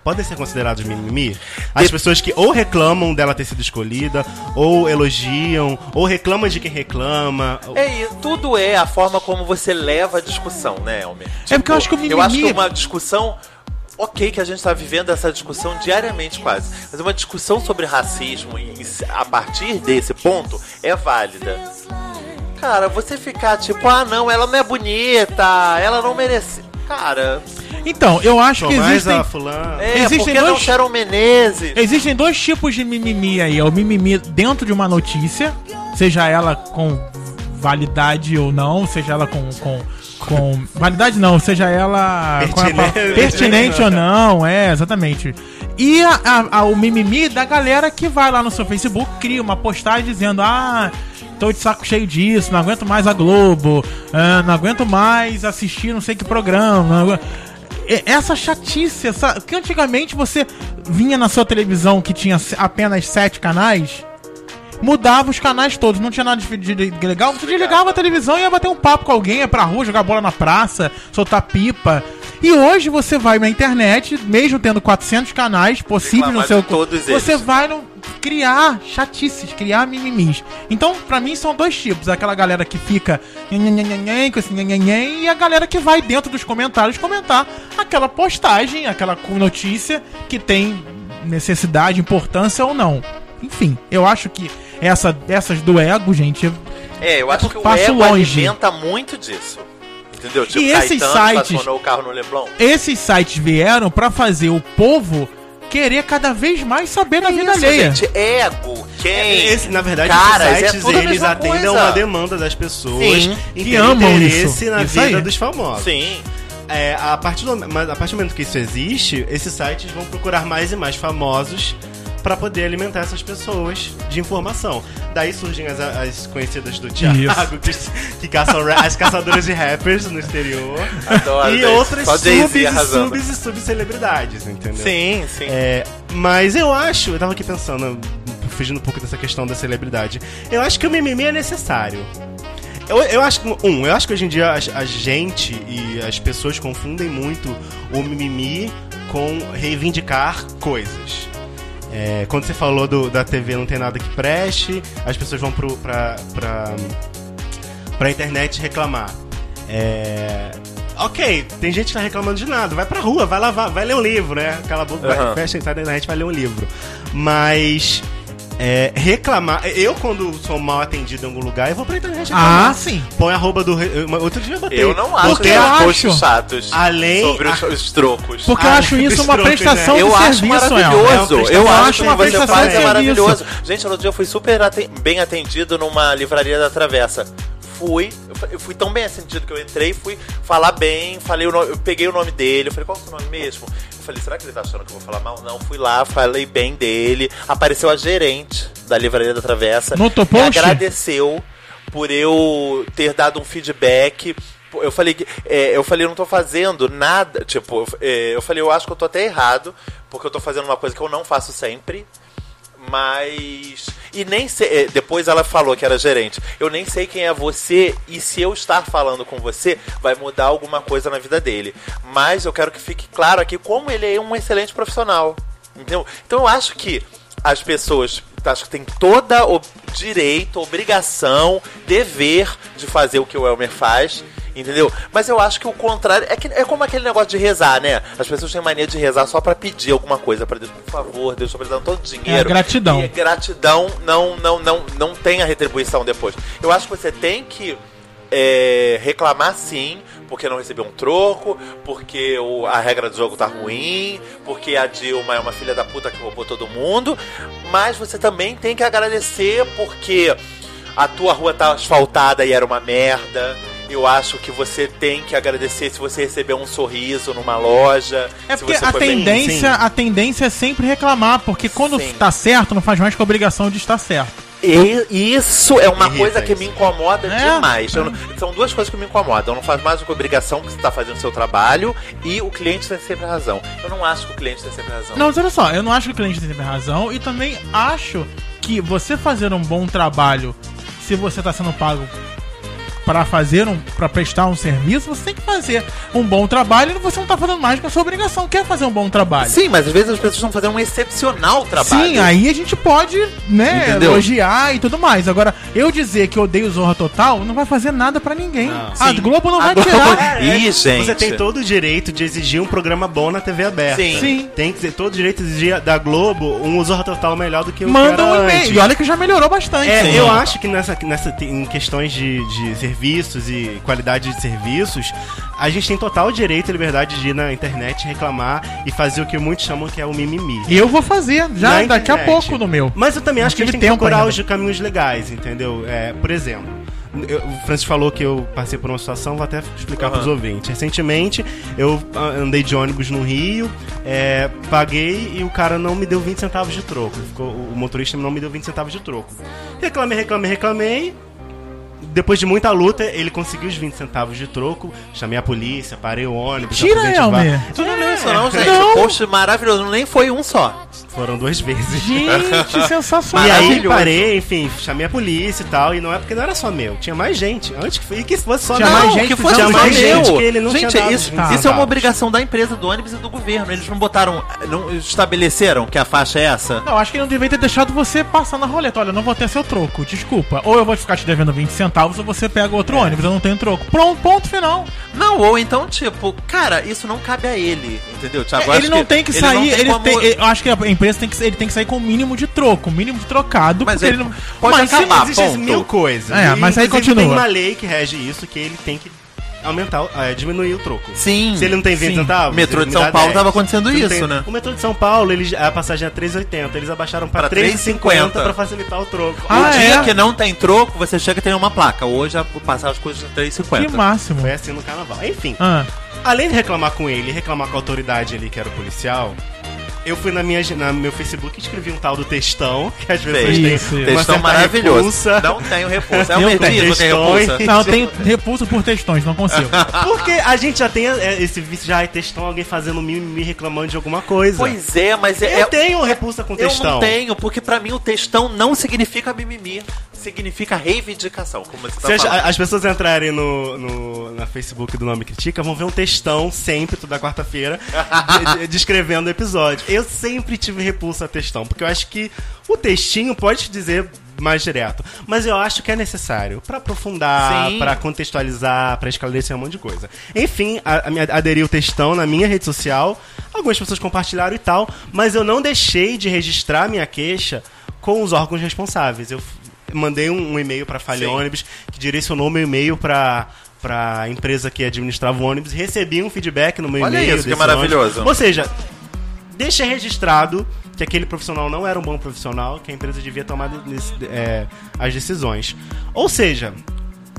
S3: Podem ser considerados mimimi? As
S2: De-
S3: pessoas que ou reclamam dela ter sido escolhida, ou elogiam, ou reclamam de quem reclama.
S2: É, e tudo é a forma como você leva a discussão, né, Elmer?
S1: É porque eu acho que o
S2: Eu acho que
S1: mimimi-
S2: uma discussão. Ok, que a gente tá vivendo essa discussão diariamente quase. Mas uma discussão sobre racismo em- a partir desse ponto é válida. Cara, você ficar tipo, ah não, ela não é bonita, ela não merece. Cara,
S1: Então, eu acho que
S3: Tomás
S1: existem,
S3: a fulana.
S2: é
S1: Existem
S2: porque não
S1: dois-
S2: Sharon Menezes.
S1: existem dois tipos de mimimi aí. É o mimimi dentro de uma notícia, seja ela com validade ou não, seja ela com... com com validade não, seja ela qual é a palavra?
S3: Pertinente.
S1: pertinente ou não, é, exatamente. E a- a- a- o mimimi da galera que vai lá no seu Facebook, cria uma postagem dizendo: Ah, tô de saco cheio disso, não aguento mais a Globo, ah, não aguento mais assistir não sei que programa. não agu- E- Essa chatice, essa, que antigamente você vinha na sua televisão que tinha se- apenas sete canais. Mudava os canais todos, não tinha nada de, de, de legal. Você desligava a televisão e ia bater um papo com alguém, ia pra rua, jogar bola na praça, soltar pipa. E hoje você vai na internet, mesmo tendo 400 canais possíveis no
S2: Reclamar
S1: seu.
S2: de todos
S1: você
S2: eles.
S1: vai no- criar chatices, criar mimimis. Então, pra mim, são dois tipos: aquela galera que fica nhanhanhanhan, com esse nhanhanhan, e a galera que vai dentro dos comentários comentar aquela postagem, aquela co- notícia que tem necessidade, importância ou não. Enfim, eu acho que essa, essas do ego, gente,
S2: É, eu acho que o
S1: passo
S2: ego
S1: longe.
S2: alimenta muito disso. Entendeu? Tipo,
S1: E esses sites-
S2: estacionou o carro no Leblon.
S1: esses sites vieram pra fazer o povo querer cada vez mais saber da vida
S2: Isso,
S1: alheia.
S2: gente, é, ego, quem?
S3: Esse, na verdade,
S2: Caras,
S3: esses
S2: é
S3: sites
S2: tudo a
S3: eles
S2: mesma
S3: atendem
S2: coisa.
S3: a uma demanda das pessoas
S2: Sim,
S3: em
S1: que
S3: ter
S1: amam
S3: interesse
S1: isso.
S3: na
S1: Isso
S3: vida
S1: aí.
S3: dos famosos.
S2: Sim.
S3: É, a, partir do, mas a partir do momento que isso existe, esses sites vão procurar mais e mais famosos pra poder alimentar essas pessoas de informação. Daí surgem as, as conhecidas do Thiago, que, [laughs] que caçam ra- as caçadoras de rappers no exterior.
S2: Adoro,
S3: e
S2: gente.
S3: outras
S2: Só Jay-Z
S3: subs e
S2: arrasando.
S3: subs e subcelebridades, entendeu?
S2: Sim, sim.
S3: É, mas eu acho, eu tava aqui pensando, fugindo um pouco dessa questão da celebridade. Eu acho que o mimimi é necessário. Eu, eu acho que, um, eu acho que hoje em dia as- a, gente e as pessoas confundem muito o mimimi com reivindicar coisas. É, quando você falou do- da TV não tem nada que preste, as pessoas vão pro, pra, pra, pra internet reclamar. É. Ok, tem gente que tá reclamando de nada. Vai pra rua, vai lavar, vai ler um livro, né? Cala a boca, vai,
S2: Aham.
S3: fecha a internet, vai ler um livro. Mas. é, reclamar. Eu, quando sou mal atendido em algum lugar, eu vou pra internet reclamar.
S1: Ah, sim.
S3: Põe arroba do. re- uma- Outro dia eu botei.
S2: Eu não acho
S3: Porque
S2: esses
S1: eu
S2: posts
S1: acho.
S2: chatos
S3: Além-
S2: sobre os,
S3: a-
S2: os trocos.
S1: Porque eu
S3: Ah,
S1: acho isso
S3: dos
S1: uma
S3: troncos,
S1: prestação
S3: né?
S1: de
S2: Eu acho
S1: serviço, Elma.
S2: maravilhoso.
S3: É uma
S2: eu
S3: prestação-
S2: acho
S3: é
S2: que
S3: uma
S2: você
S3: prestação
S2: faz
S3: de
S2: um é
S1: serviço.
S2: maravilhoso. Gente, outro dia eu fui super aten- bem atendido numa livraria da Travessa. Fui, eu fa- eu fui tão bem atendido que eu entrei, fui falar bem, falei o nome, eu peguei o nome dele, eu falei, qual que é o nome mesmo? Eu falei, será que ele tá achando que eu vou falar mal? Não, fui lá, falei bem dele. Apareceu a gerente da livraria da Travessa.
S1: No teu
S2: Me
S1: post?
S2: agradeceu por eu ter dado um feedback. Eu falei, que- é, eu falei, eu não tô fazendo nada. Tipo, é, eu falei, eu acho que eu tô até errado, porque eu tô fazendo uma coisa que eu não faço sempre. Mas. E nem sei. é, Depois ela falou que era gerente. Eu nem sei quem é você e se eu estar falando com você vai mudar alguma coisa na vida dele. Mas eu quero que fique claro aqui como ele é um excelente profissional. Entendeu? Então eu acho que as pessoas acho que têm toda o direito, obrigação, dever de fazer o que o Elmer faz. Entendeu? Mas eu acho que o contrário. É, que, é como aquele negócio de rezar, né? As pessoas têm mania de rezar só pra pedir alguma coisa pra Deus. Por favor, Deus, tô precisando todo o dinheiro.
S1: gratidão.
S2: E é gratidão não, não, não, não tem a retribuição depois. Eu acho que você tem que é, reclamar sim, porque não recebeu um troco, porque o- a regra do jogo tá ruim, porque a Dilma é uma filha da puta que roubou todo mundo, mas você também tem que agradecer porque a tua rua tá asfaltada e era uma merda. Eu acho que você tem que agradecer se você recebeu um sorriso numa loja.
S1: É
S2: se
S1: porque
S2: você
S1: a
S2: foi bem-
S1: tendência, a tendência é sempre reclamar, porque quando
S2: Sim.
S1: tá certo, não faz mais que a obrigação de estar certo.
S2: E isso é uma
S3: Irrita
S2: coisa que
S3: isso.
S2: me incomoda
S1: É?
S2: demais. Eu não- são duas coisas que me incomodam. Eu não faz mais do que obrigação que você está fazendo o seu trabalho e o cliente tem sempre razão. Eu não acho que o cliente tem sempre razão.
S1: Não, mas olha só, eu não acho que o cliente tem sempre razão e também acho que você fazer um bom trabalho, se você tá sendo pago pra fazer um para prestar um serviço, você tem que fazer um bom trabalho e você não tá fazendo mais que a sua obrigação, quer fazer um bom trabalho.
S2: Sim, mas às vezes as pessoas estão fazendo um excepcional trabalho.
S1: Sim, aí a gente pode, né,
S2: Entendeu?
S1: elogiar e tudo mais. Agora, eu dizer que eu odeio Zorra Total não vai fazer nada pra ninguém.
S3: Não.
S1: A
S2: Sim.
S1: Globo não
S2: A
S1: vai
S2: Globo- [laughs]
S1: tirar.
S2: Ih, gente.
S3: Você tem todo o direito de exigir um programa bom na TV aberta.
S2: Sim.
S1: Sim.
S3: Tem que ter todo o direito de exigir da Globo um Zorra Total melhor do que o que
S1: Manda
S3: era
S1: um e-mail.
S3: antes.
S1: E olha que já melhorou bastante.
S3: É,
S1: Sim.
S3: eu acho que nessa, nessa, em questões de, de serviços e qualidade de serviços, a gente tem total direito e liberdade de ir na internet reclamar e fazer o que muitos chamam que é o mimimi.
S1: E eu vou fazer, já
S3: Na
S1: daqui a
S3: internet.
S1: pouco no meu.
S3: Mas eu também
S1: Não
S3: acho que a gente
S1: tive
S3: tem que
S1: tempo
S3: procurar
S1: ainda.
S3: os caminhos legais, entendeu? É, por exemplo, eu- o Francis falou que eu passei por uma situação, vou até explicar
S2: Aham.
S3: pros ouvintes. Recentemente, eu ah, andei de ônibus no Rio, é, paguei e o cara não me deu 20 centavos de troco. Ele Ficou, o motorista não me deu 20 centavos de troco. Reclamei, reclamei, reclamei. Depois de muita luta, ele conseguiu os 20 centavos de troco. Chamei a polícia, parei o ônibus.
S1: Tira,
S3: fui adjetivar.
S1: Elmer.
S2: Tu não leu isso É. não, gente?
S1: Não.
S2: Post maravilhoso. Nem foi um só.
S3: Foram duas [laughs] vezes.
S1: Gente, sensacional.
S3: E aí
S2: Maravilhoso.
S3: parei, enfim, chamei a polícia e tal, e não é porque não era só meu, tinha mais gente. Antes que, e que fosse só
S1: Tinha
S3: meu.
S1: mais gente
S2: que
S1: que
S2: fosse
S1: já
S2: só
S1: mais
S2: meu.
S3: gente que ele não tinha dado
S2: isso,
S3: os
S1: tá,
S3: 20
S2: isso é uma
S3: centavos.
S2: obrigação da empresa, do ônibus e do governo. Eles não botaram, não estabeleceram que a faixa é essa.
S1: Não, acho que ele não devia ter deixado você passar na roleta. Olha, eu não vou ter seu troco, desculpa. Ou eu vou ficar te devendo 20 centavos ou você pega outro ônibus, eu não tenho troco. Pronto, ponto final.
S2: Não, ou então, tipo, cara, isso não cabe a ele, entendeu, Thiago? Eu
S1: É, ele
S2: acho
S1: não tem que sair, ele
S2: como-
S1: tem- eu acho que a empresa tem que, ele tem que sair com o mínimo de troco, o mínimo de trocado,
S2: Mas
S1: porque
S2: ele
S1: ele não
S2: pode
S1: mas se
S2: acabar.
S1: não-
S3: Existem
S2: ponto.
S3: mil coisas.
S1: É,
S3: E,
S1: mas aí
S3: inclusive,
S1: continua.
S3: Tem uma lei que rege isso, que ele tem que aumentar, o- é, diminuir o troco.
S2: Sim.
S3: Se ele não tem 20
S1: Sim.
S3: centavos.
S2: O metrô
S3: ele
S2: de
S3: me
S2: São
S3: dá
S2: Paulo
S3: 10.
S2: tava acontecendo
S3: Se não
S2: isso, né?
S3: O metrô de São Paulo, eles, a passagem é 3,80, eles abaixaram pra,
S2: Pra
S3: 3,50
S2: 3,50.
S3: pra facilitar o troco.
S1: Ah,
S2: o dia
S1: é?
S2: que não tem troco, você chega e tem uma placa. Hoje a passar as coisas em
S1: Que
S2: 3,50.
S1: máximo. é.
S3: Foi assim no carnaval. Enfim,
S1: Ah,
S3: além de reclamar com ele, reclamar com a autoridade ali, que era o policial, Eu fui na minha, na meu Facebook e escrevi um tal do textão, que às pessoas
S1: Fez.
S3: têm
S1: Isso,
S3: uma
S1: isso.
S2: Textão
S3: certa
S2: maravilhoso. [laughs]
S3: repulsa.
S2: Não tenho repulsa. É um
S1: Eu
S2: merdismo, tem
S3: tenho.
S2: repulsa.
S3: Textões.
S1: Não, eu
S2: [laughs]
S1: tenho repulso por textões, não consigo.
S3: Porque a gente já tem é, esse vício já é textão, alguém fazendo mime me reclamando de alguma coisa.
S2: Pois é, mas é.
S3: eu
S2: é-
S3: tenho repulsa com
S2: eu
S3: textão.
S2: não tenho, porque pra mim o textão não significa mimimi. Significa reivindicação, como você tá
S3: Se as,
S2: falando.
S3: as pessoas entrarem no, no na Facebook do Nome Critica, vão ver um textão sempre, toda quarta-feira, de- de- descrevendo o episódio. Eu sempre tive repulsa a textão, porque eu acho que
S2: [laughs]
S3: o textinho pode te dizer mais direto, mas eu acho que é necessário pra aprofundar,
S2: Sim.
S3: pra contextualizar, pra esclarecer um monte de coisa. Enfim, a, a minha- aderi o textão na minha rede social, algumas pessoas compartilharam e tal, mas eu não deixei de registrar minha queixa com os órgãos responsáveis. Eu f- mandei um, um e-mail pra Falha
S2: Sim.
S3: ônibus que direcionou meu e-mail pra para empresa que administrava o ônibus, recebi um feedback no meu
S2: Olha
S3: e-mail.
S2: isso, que
S3: desse
S2: maravilhoso.
S3: ônibus. Ou seja, deixa registrado que aquele profissional não era um bom profissional, que a empresa devia tomar de- de- é, as decisões. Ou seja,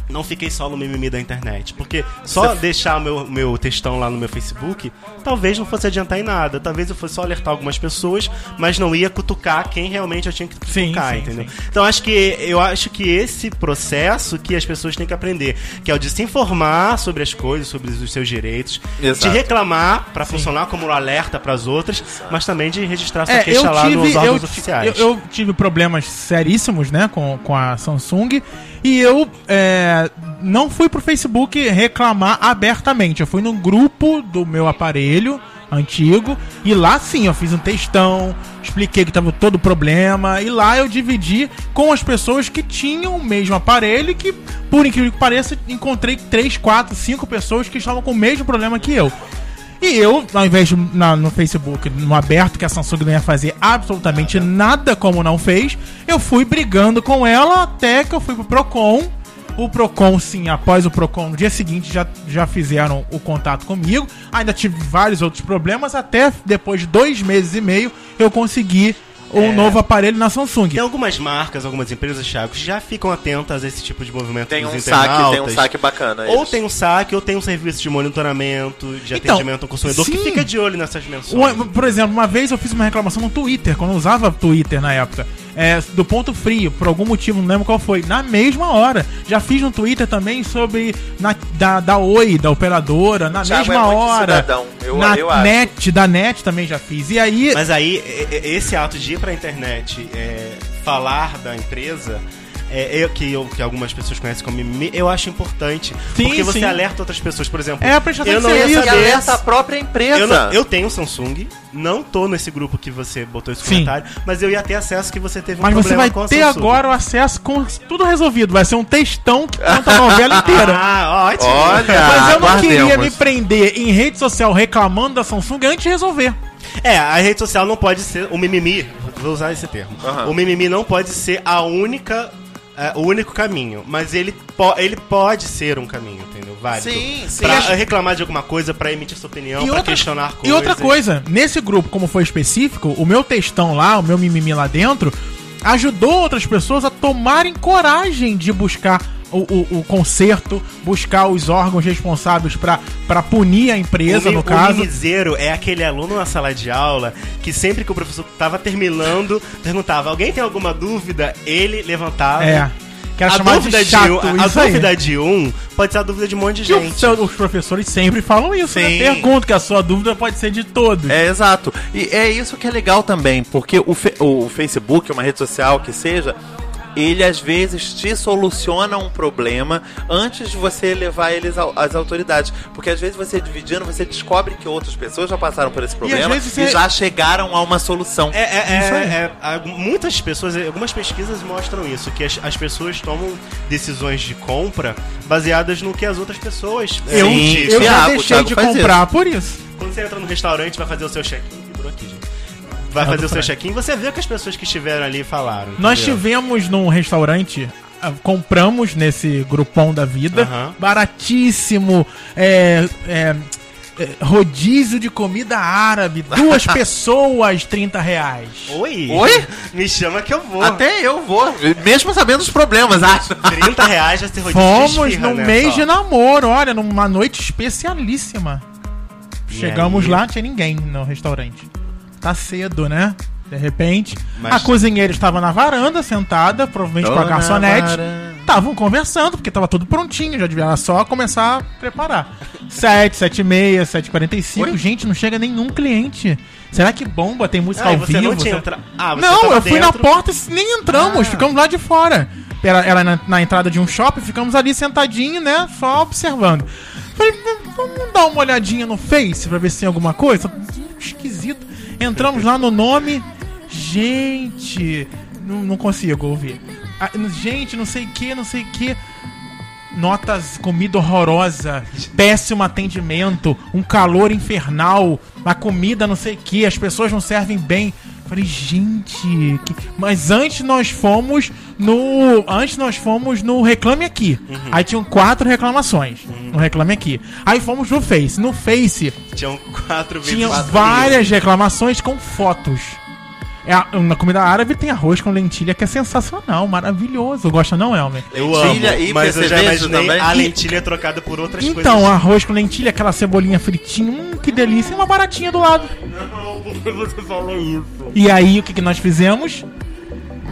S3: não fiquei só no mimimi da internet. Porque só deixar meu, meu textão lá no meu Facebook, talvez não fosse adiantar em nada. Talvez eu fosse só alertar algumas pessoas, mas não ia cutucar quem realmente eu tinha que
S1: Sim,
S3: cutucar,
S1: sim,
S3: entendeu? Então acho que eu acho que esse processo que as pessoas têm que aprender, que é o de se informar sobre as coisas, sobre os seus direitos, de
S2: Exato.
S3: reclamar pra funcionar como um alerta pras outras, mas também de registrar sua
S1: É, eu
S3: queixa lá nos
S1: tive, eu,
S3: órgãos
S1: ti-
S3: oficiais.
S1: eu- eu tive problemas seríssimos, né, com, com a Samsung. E eu é, não fui pro Facebook reclamar abertamente. Eu fui num grupo do meu aparelho antigo. E lá sim, eu fiz um textão, expliquei que tava todo o problema. E lá eu dividi com as pessoas que tinham o mesmo aparelho. e Que, por incrível que pareça, encontrei 3, 4, 5 pessoas que estavam com o mesmo problema que eu. E eu, ao invés de na- no Facebook, no aberto, que a Samsung não ia fazer absolutamente nada como não fez, eu fui brigando com ela até que eu fui pro Procon. O Procon, sim, após o Procon, no dia seguinte já, já fizeram o contato comigo. Ainda tive vários outros problemas, até depois de dois meses e meio eu consegui um novo aparelho na Samsung.
S3: Tem algumas marcas, algumas empresas, Thiago, que já ficam atentas a esse tipo de movimento
S2: Tem
S3: dos
S2: um saque, tem um
S3: internautas.
S2: saque bacana.
S3: Ou
S2: isso.
S3: tem um saque, ou tem um serviço de monitoramento, de
S1: Então,
S3: atendimento ao consumidor, que
S1: sim.
S3: fica de olho nessas menções.
S1: Uma- por exemplo, uma vez eu fiz uma reclamação no Twitter, quando eu usava Twitter na época, é, do ponto frio, por algum motivo, não lembro qual foi, na mesma hora. Já fiz no Twitter também sobre na- da, da Oi, da operadora, na
S2: Thiago
S1: mesma
S2: é muito
S1: hora.
S2: cidadão, eu-
S1: na
S2: eu acho.
S1: net, da net também já fiz. E aí.
S3: Mas aí, e- e- esse ato de ir pra internet é, falar da empresa. É, eu, que, eu- que algumas pessoas conhecem como mimimi, eu acho importante.
S1: Sim,
S3: porque você
S1: sim.
S3: alerta outras pessoas. Por exemplo,
S1: É, a prestação
S3: eu
S1: de
S3: não ia
S1: serviço.
S2: E
S3: saber
S2: alerta a própria empresa.
S3: Eu, não- eu tenho Samsung, não tô nesse grupo que você botou esse
S1: Sim.
S3: comentário, mas eu ia ter acesso que você teve um
S1: Mas você
S3: problema
S1: vai
S3: com a
S1: ter
S3: Samsung.
S1: agora o acesso com tudo resolvido. Vai ser um textão que conta a novela
S2: [laughs]
S1: inteira.
S3: Ah, ótimo.
S2: Olha.
S1: Mas eu não
S2: aguardemos.
S1: queria me prender em rede social reclamando da Samsung antes de resolver.
S3: É, a rede social não pode ser o mimimi, vou usar esse termo.
S2: Aham.
S3: O mimimi não pode ser a única é, o único caminho, mas ele, po- ele pode ser um caminho, entendeu? Válido.
S2: Sim, sim.
S3: Pra
S2: E a-
S3: reclamar de alguma coisa, pra emitir sua opinião, É pra questionar coisas.
S1: E outra coisa, nesse grupo, como foi específico, o meu textão lá, o meu mimimi lá dentro, ajudou outras pessoas a tomarem coragem de buscar o, o, o conserto, buscar os órgãos responsáveis pra pra punir a empresa,
S3: o, mi-
S1: no
S3: o
S1: caso.
S3: mimizeiro é aquele aluno na sala de aula que sempre que o professor tava terminando, perguntava: alguém tem alguma dúvida? Ele levantava.
S1: É. Que era
S3: né? a
S1: chamado
S3: dúvida,
S1: de chato,
S3: de um, a
S1: isso aí.
S3: dúvida de um pode ser a dúvida de um monte de
S1: Que
S3: gente.
S1: os, os professores sempre falam isso, né?
S2: Sim.
S1: Pergunto que a sua dúvida pode ser de todos.
S2: É, exato. E é isso que é legal também, porque o, fe- o Facebook, uma rede social que seja, ele às vezes te soluciona um problema antes de você levar eles ao- às autoridades. Porque às vezes você dividindo, você descobre que outras pessoas já passaram por esse problema e,
S1: vezes você-
S2: já chegaram a uma solução.
S3: É, é,
S1: Isso aí.
S3: é, é, algu- muitas pessoas, algumas pesquisas mostram isso, que as, as pessoas tomam decisões de compra baseadas no que as outras pessoas é,
S1: eu
S2: Sim,
S1: eu já
S2: Thiago,
S1: deixei
S2: Ah, Thiago
S1: de
S2: faz
S1: comprar por isso.
S3: Quando você entra no restaurante, vai fazer o seu check-in. Vibrou aqui, gente. Vai
S1: Ah,
S3: fazer
S1: tô
S3: o seu
S1: falando.
S3: check-in, você vê o que as pessoas que estiveram ali falaram.
S1: Nós
S3: entendeu?
S1: tivemos num restaurante, ah, compramos nesse grupão da vida,
S3: Aham.
S1: baratíssimo, é, é, é, rodízio de comida árabe,
S3: [laughs]
S1: duas pessoas, 30 reais.
S3: Oi!
S2: Oi?
S3: Me chama que eu vou.
S2: Até eu vou, mesmo sabendo os problemas, [laughs] acho.
S3: 30 reais já se rodízio de
S1: Fomos
S3: esfirra,
S1: num
S3: né,
S1: mês
S3: só.
S1: de namoro, olha, numa noite especialíssima.
S3: E
S1: Chegamos
S3: aí?
S1: lá, não tinha ninguém no restaurante. tá cedo, né? De repente.
S3: Mas-
S1: A cozinheira estava na varanda, sentada, provavelmente com a
S2: Dona
S1: garçonete.
S2: Varanda.
S1: Estavam conversando, porque tava tudo prontinho, já devia só começar a preparar. 7, 7 e meia, 7 e 45
S3: Oi?
S1: gente, não chega nenhum cliente. Será que bomba? Tem música
S3: Ah, e
S1: ao
S3: você
S1: vivo?
S3: não tinha
S1: Você-
S3: entra... ah, você
S1: não,
S3: tava
S1: eu fui na
S3: dentro. Ah.
S1: porta e nem entramos, ficamos lá de fora. Era, era na, na entrada de um shopping, ficamos ali sentadinho, né? Só observando. Falei, "V- vamos dar uma olhadinha no Face pra ver se tem alguma coisa? Esquisito. Entramos lá no nome. Gente, não, não consigo ouvir. Ah, gente, não sei o que, não sei o que. Notas, comida horrorosa, péssimo atendimento, um calor infernal, a comida não sei o que, as pessoas não servem bem. Falei, gente, que- mas antes nós fomos no. Antes nós fomos no Reclame Aqui. Aí tinham quatro reclamações no Reclame Aqui. Aí fomos no Face. No Face
S3: Tinham um quatro vezes
S1: tinha
S3: quatro
S1: várias reclamações com fotos. É a- na comida árabe tem arroz com lentilha que é sensacional, maravilhoso. Gosta não, Elmer?
S3: Eu amo,
S2: Lentilha e
S3: mas eu já
S2: percevejo
S3: imaginei
S2: também.
S3: a
S2: E-
S3: lentilha é trocada por outras
S1: Então,
S3: [laughs] coisas. assim.
S1: arroz com lentilha, aquela cebolinha fritinha, hum, que delícia, e uma baratinha do lado. E aí, o que, que nós fizemos?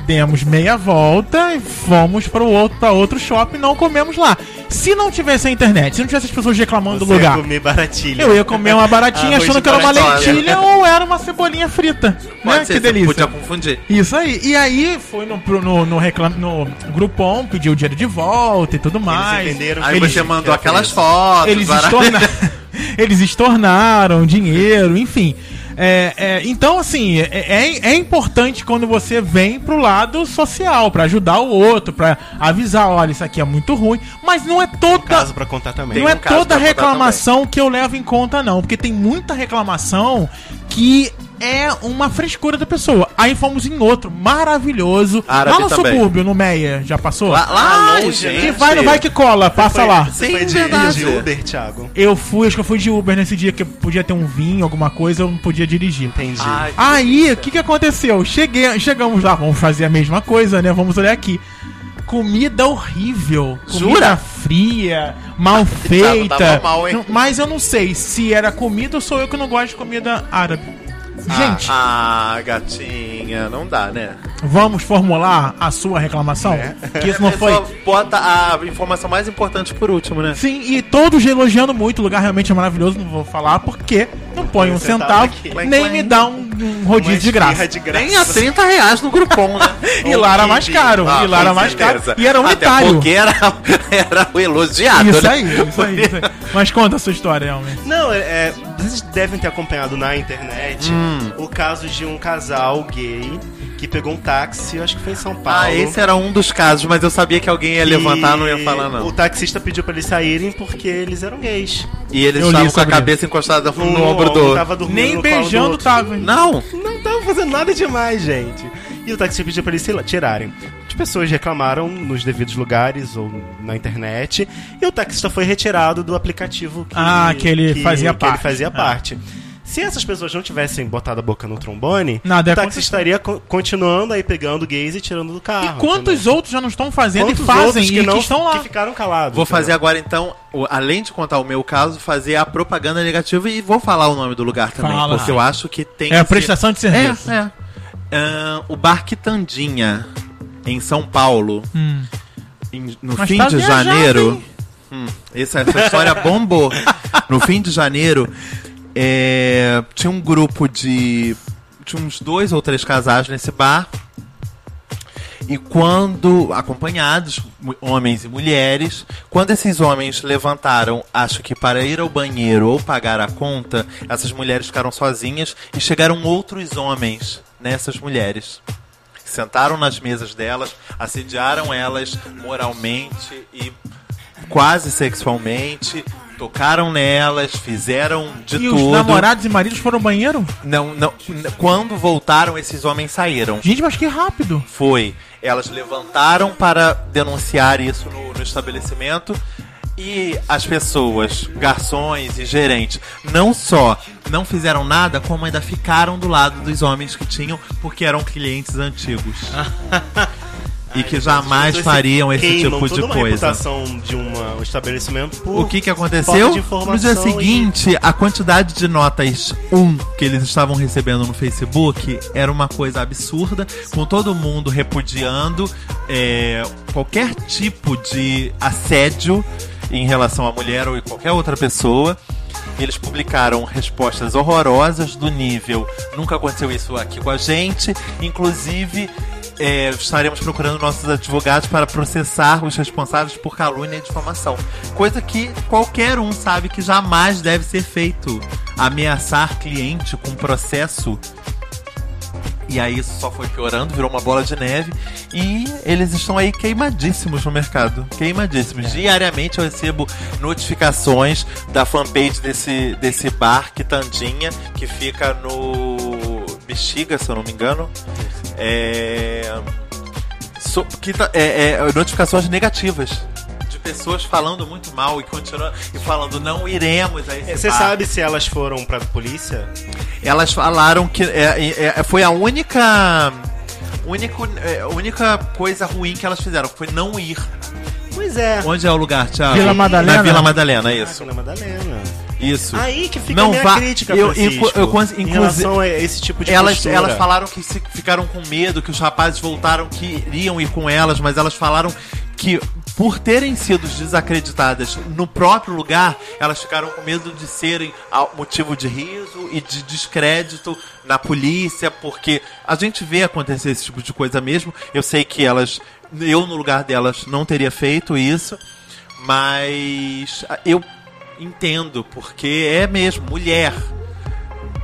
S1: Demos meia volta e fomos para outro, pra outro shopping e não comemos lá. Se não tivesse a internet, se não tivesse as pessoas reclamando do
S3: Você
S1: lugar,
S3: ia comer baratilha.
S1: eu ia comer uma baratinha
S3: [laughs] Arroz
S1: achando
S3: de
S1: que era
S3: né?
S1: uma
S3: baratinha.
S1: lentilha ou era uma cebolinha frita. né?
S2: Pode
S1: que
S2: ser, você
S1: delícia.
S2: podia confundir.
S1: Isso aí. E aí foi no, pro- no, no, reclam... no Groupon, pediu o dinheiro de volta e tudo mais.
S3: entenderam
S2: Aí
S3: Eles-
S2: você mandou
S3: que
S2: aquelas
S3: eu
S2: fotos.
S1: Eles,
S2: baralho. [laughs]
S1: estorna... Eles estornaram dinheiro, enfim. É, é, então, assim, é, é, é importante quando você vem pro lado social, pra ajudar o outro, pra avisar, olha, isso aqui é muito ruim, mas não é toda
S3: Caso pra contar também.
S2: Tem
S1: não é
S2: um caso
S1: toda
S2: pra contar
S1: reclamação que eu levo em conta, não. Porque tem muita reclamação que é uma frescura da pessoa. Aí fomos em outro, maravilhoso.
S2: Árabe
S1: lá no
S2: também.
S1: subúrbio, no Meia, já passou?
S2: Lá, lá
S3: Ah,
S2: longe,
S3: gente.
S1: que vai, não vai que cola, passa
S3: Foi-
S1: lá.
S3: Você
S2: Sim, é
S3: foi de,
S2: verdade.
S3: de Uber, Thiago.
S1: Eu fui, acho que eu fui de Uber nesse dia que podia ter um vinho, alguma coisa, eu não podia dirigir.
S3: Entendi.
S2: Ai,
S1: Aí, o que, que aconteceu? Cheguei, chegamos lá, vamos fazer a mesma coisa, né? Vamos olhar aqui. Comida horrível. Comida
S2: Jura?
S1: fria, mal
S2: [laughs] Tava-
S1: feita.
S2: tava mal, hein?
S1: Não- Mas eu não sei se era comida ou sou eu que não gosto de comida árabe. Gente,
S2: Ah, gatinha, não dá, né?
S1: vamos formular a sua reclamação?
S2: É.
S1: Que
S2: [laughs]
S1: isso não
S2: A
S1: foi.
S2: pessoa bota a informação mais importante por último, né?
S1: Sim, e todos elogiando muito, o lugar realmente é maravilhoso, não vou falar porque não põe um centavo,
S3: Centavo aqui.
S1: nem me dá um, um rodízio
S3: Uma
S1: de graça.
S3: esfirra de graça.
S2: Nem a 30 reais no Groupon, né?
S1: E lá era mais caro,
S2: [laughs] Ah,
S1: e lá
S2: com
S1: era mais caro,
S2: certeza.
S1: e era
S2: Até
S1: unitário.
S2: porque era, [laughs] era o elogiado,
S1: Isso
S2: né?
S1: aí, isso aí, isso aí. Mas conta a sua história, Elmer.
S3: Não, é, é, vocês devem ter acompanhado na internet
S2: Hum.
S3: o caso de um casal gay que pegou um táxi, eu acho que foi em São Paulo.
S2: Ah, esse era um dos casos, mas eu sabia que alguém ia levantar, não ia
S3: E
S2: falar
S3: O
S2: não.
S3: taxista pediu pra eles saírem porque eles eram gays.
S2: E eles
S1: Eu li
S2: estavam com a
S1: sobre
S2: cabeça encostada no,
S3: Um
S2: ombro do...
S3: tava dormindo
S1: Nem
S3: no colo do
S1: beijando
S3: outro.
S1: tava. hein?
S2: Não,
S3: Não tava fazendo nada demais, gente. E o taxista pediu pra eles sei lá, tirarem. As pessoas reclamaram nos devidos lugares ou na internet. E o taxista foi retirado do aplicativo que,
S1: Ah, que ele fazia
S3: que
S1: parte.
S3: ele fazia
S1: É.
S3: parte. Se essas pessoas não tivessem botado a boca no trombone,
S1: Nada
S3: o táxi
S1: aconteceu.
S3: estaria co- continuando aí pegando gays e tirando do
S1: E
S3: carro.
S1: quantos
S3: entendeu?
S1: outros já não estão fazendo
S3: Quantos
S1: e fazem
S3: outros
S1: e que estão lá?
S3: que ficaram calados.
S2: vou
S3: entendeu?
S2: fazer agora então, o- além de contar o meu caso, fazer a propaganda negativa e vou falar o nome do lugar também,
S1: Fala.
S2: porque eu acho que tem
S1: É a
S2: que ser-
S1: prestação de serviço.
S2: É, é. Ah, o Bar Quitandinha, em São Paulo,
S1: Hum.
S2: em- no
S1: Mas
S2: fim
S1: tá
S2: de
S1: viajado,
S2: janeiro.
S1: hein?
S2: Hum, essa, essa história bombou. No fim de janeiro, é, tinha um grupo de. Tinha uns dois ou três casais nesse bar. E quando, acompanhados, mu- homens e mulheres, quando esses homens levantaram, acho que para ir ao banheiro ou pagar a conta, essas mulheres ficaram sozinhas e chegaram outros homens nessas mulheres. Sentaram nas mesas delas, assediaram elas moralmente e quase sexualmente, tocaram nelas, fizeram de
S1: E os
S2: tudo.
S1: namorados e maridos foram ao banheiro?
S2: Não, não, n- quando voltaram, esses homens saíram.
S1: Gente, mas que rápido.
S2: Foi. Elas levantaram para denunciar isso no, no estabelecimento. E as pessoas, garçons e gerentes, não só não fizeram nada, como ainda
S3: [laughs]
S2: ficaram do lado dos homens que tinham, porque eram clientes antigos. e que jamais
S3: Então,
S2: fariam esse
S3: queimam
S2: tipo de
S3: toda uma
S2: coisa.
S3: reputação de uma- um estabelecimento por
S2: O que que
S3: falta
S2: aconteceu?
S3: de
S2: No dia
S3: informação
S2: seguinte, a quantidade de notas 1 que eles estavam recebendo no Facebook era uma coisa absurda, com todo mundo repudiando é, qualquer tipo de assédio em relação à mulher ou em qualquer outra pessoa. Eles publicaram respostas horrorosas do nível nunca aconteceu isso aqui com a gente, inclusive é, estaremos procurando nossos advogados para processar os responsáveis por calúnia e difamação. Coisa que qualquer um sabe que jamais deve ser feito. Ameaçar cliente com processo. E aí isso só foi piorando, virou uma bola de neve. E eles estão aí queimadíssimos no mercado.
S3: É.
S2: Queimadíssimos. Diariamente eu recebo notificações da fanpage desse, desse bar Quitandinha, que fica no Bexiga, se eu não me engano. É... So, que tá- é, é, notificações negativas de pessoas falando muito mal e continuando e falando não iremos a esse
S3: É, Você
S2: bar.
S3: sabe se elas foram pra polícia?
S2: Elas falaram que é, é, é, foi a única único, é, única coisa ruim que elas fizeram foi não ir.
S3: Pois é.
S2: Onde é o lugar, Thiago?
S1: Vila Madalena? Ah,
S2: Na Vila Madalena, isso.
S3: Vila Madalena.
S2: Isso.
S3: Aí que fica
S2: Não
S3: a minha
S2: vá-
S3: crítica,
S2: eu-
S3: Francisco,
S2: eu- eu- eu-
S3: em relação a esse tipo de
S2: elas,
S3: postura.
S2: elas falaram que se- ficaram com medo, que os rapazes voltaram que iriam ir com elas, mas elas falaram que por terem sido desacreditadas no próprio lugar, elas ficaram com medo de serem ao- motivo de riso e de descrédito na polícia, porque a gente vê acontecer esse tipo de coisa mesmo. Eu sei que elas, eu no lugar delas não teria feito isso, mas ah, eu entendo, porque é mesmo mulher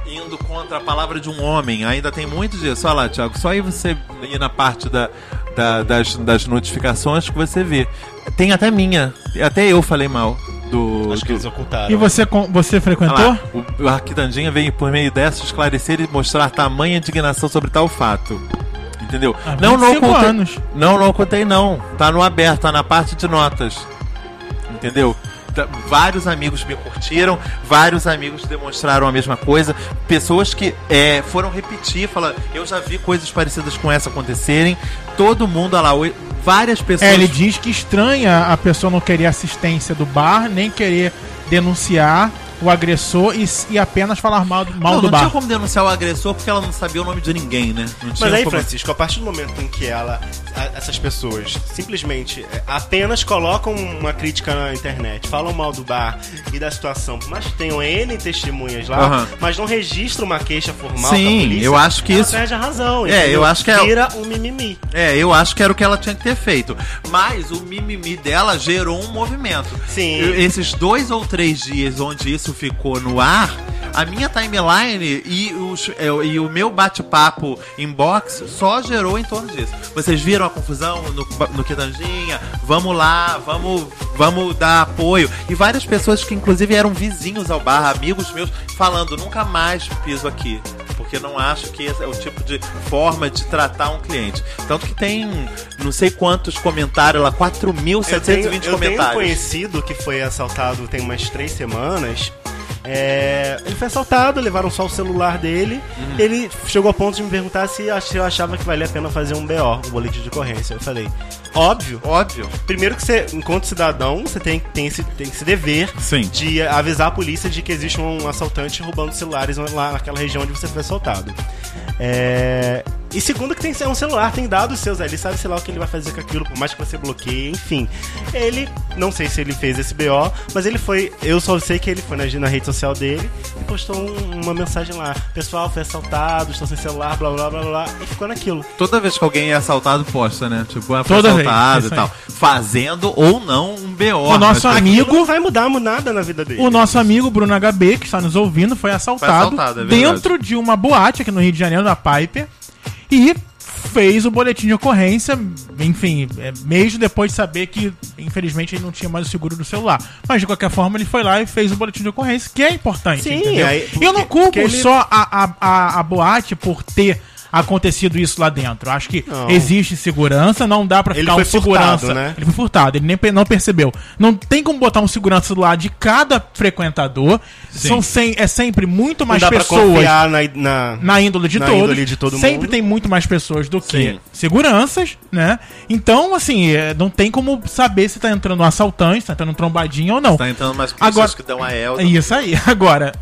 S2: indo contra a palavra de um homem. Ainda tem muito disso. Olha lá, Thiago, só aí você ir na parte da, da- das, das notificações que você vê. Tem até minha. Até eu falei mal do.
S3: Acho que
S2: do-
S3: eles ocultaram.
S1: E você, com- você
S2: Olha
S1: frequentou?
S2: lá, o, o Arquidandinha veio por meio dessa esclarecer e mostrar tamanha indignação sobre tal fato. Entendeu?
S1: Há
S2: não, não
S1: 25
S2: contei,
S1: anos.
S2: Não, não contei não. Tá no aberto, tá na parte de notas. Entendeu? Tá- Vários amigos me curtiram, vários amigos demonstraram a mesma coisa, pessoas que é, foram repetir, falaram, eu já vi coisas parecidas com essa acontecerem, todo mundo, olha lá, oi- várias pessoas.
S1: É, ele diz que estranha a pessoa não querer assistência do bar, nem querer denunciar o agressor e, e apenas falar mal, do- mal
S2: não,
S1: do
S2: não tinha
S1: bar.
S2: como denunciar o agressor porque ela não sabia o nome de ninguém, né? Não tinha
S3: Mas aí,
S2: como-
S3: Francisco, a partir do momento em que ela, a- essas pessoas simplesmente é, apenas colocam uma crítica na internet, falam mal do bar e da situação, mas tenham N testemunhas lá,
S2: Aham.
S3: mas não registram uma queixa formal
S2: Sim,
S3: da polícia,
S2: eu acho que
S3: ela
S2: isso-
S3: perde a razão.
S2: É, eu acho que é-
S3: Vira um mimimi.
S2: É, eu acho que era o que ela tinha que ter feito. Mas o mimimi dela gerou um movimento.
S3: Sim.
S2: Eu- esses dois ou três dias onde isso ficou no ar, a minha timeline e, os- é, e o meu bate-papo inbox só gerou em torno disso. Vocês viram a confusão no, no Quitandinha? Vamos lá, vamos, vamos dar apoio. E várias pessoas que, inclusive, eram vizinhos ao bar, amigos meus, falando: nunca mais piso aqui. Porque não acho que esse é o tipo de forma de tratar um cliente. Tanto que tem não sei quantos comentários lá, 4.720
S3: Eu tenho, eu tenho um
S2: comentários.
S3: conhecido que foi assaltado tem umas três semanas. É, ele foi assaltado, levaram só o celular dele.
S2: Uhum.
S3: Ele chegou ao ponto de me perguntar se ach- eu achava que valia a pena fazer um BO, um boletim de ocorrência. Eu falei, óbvio.
S2: Óbvio.
S3: Primeiro que você, enquanto cidadão, você tem, tem, esse, tem esse dever
S2: Sim.
S3: de avisar a polícia de que existe um assaltante roubando celulares lá naquela região onde você foi assaltado. É, E segundo que tem é um celular, tem dados seus, ele sabe sei lá o que ele vai fazer com aquilo, por mais que você bloqueie, enfim. Ele, não sei se ele fez esse BO, mas ele foi, eu só sei que ele foi na, na rede social dele e postou um- uma mensagem lá. Pessoal, foi assaltado, estou sem celular, blá blá blá blá, e ficou naquilo.
S2: Toda vez que alguém é assaltado, posta, né? Tipo, ah, foi
S1: Toda vez,
S2: assaltado
S1: isso
S2: e tal. Fazendo ou não um BO.
S1: O nosso
S2: mas-
S1: amigo-
S3: Não vai mudar nada na vida dele.
S1: O nosso amigo Bruno HB, que está nos ouvindo, foi assaltado,
S2: Foi assaltado, é verdade.
S1: dentro de uma boate aqui no Rio de Janeiro, na Piper, e fez o boletim de ocorrência, enfim, é, mesmo depois de saber que, infelizmente, ele não tinha mais o seguro do celular. Mas, de qualquer forma, ele foi lá e fez o boletim de ocorrência, que é importante,
S3: Sim,
S1: entendeu?
S3: aí-
S1: E eu não
S3: porque- porque
S1: culpo
S3: ele-
S1: só a, a, a, a boate por ter acontecido isso lá dentro. Acho que
S3: Não.
S1: existe segurança, não dá pra
S3: Ele
S1: ficar
S3: foi
S1: um segurança.
S3: furtado, né?
S1: Ele foi furtado, ele nem pe- não percebeu. Não tem como botar um segurança do lado de cada frequentador. São cem, é sempre muito mais
S3: não dá pra
S1: pessoas
S3: confiar na, na-
S1: na índole de
S3: Na
S1: todos.
S3: índole de todo
S1: Sempre
S3: mundo.
S1: tem muito mais pessoas do que
S2: Sim.
S1: seguranças, né? Então, assim, é, não tem como saber se tá entrando um assaltante, se tá entrando um trombadinho ou não.
S2: Tá entrando mais pessoas
S1: Agora-
S2: que dão a Elda.
S1: É isso aí. [laughs] Agora,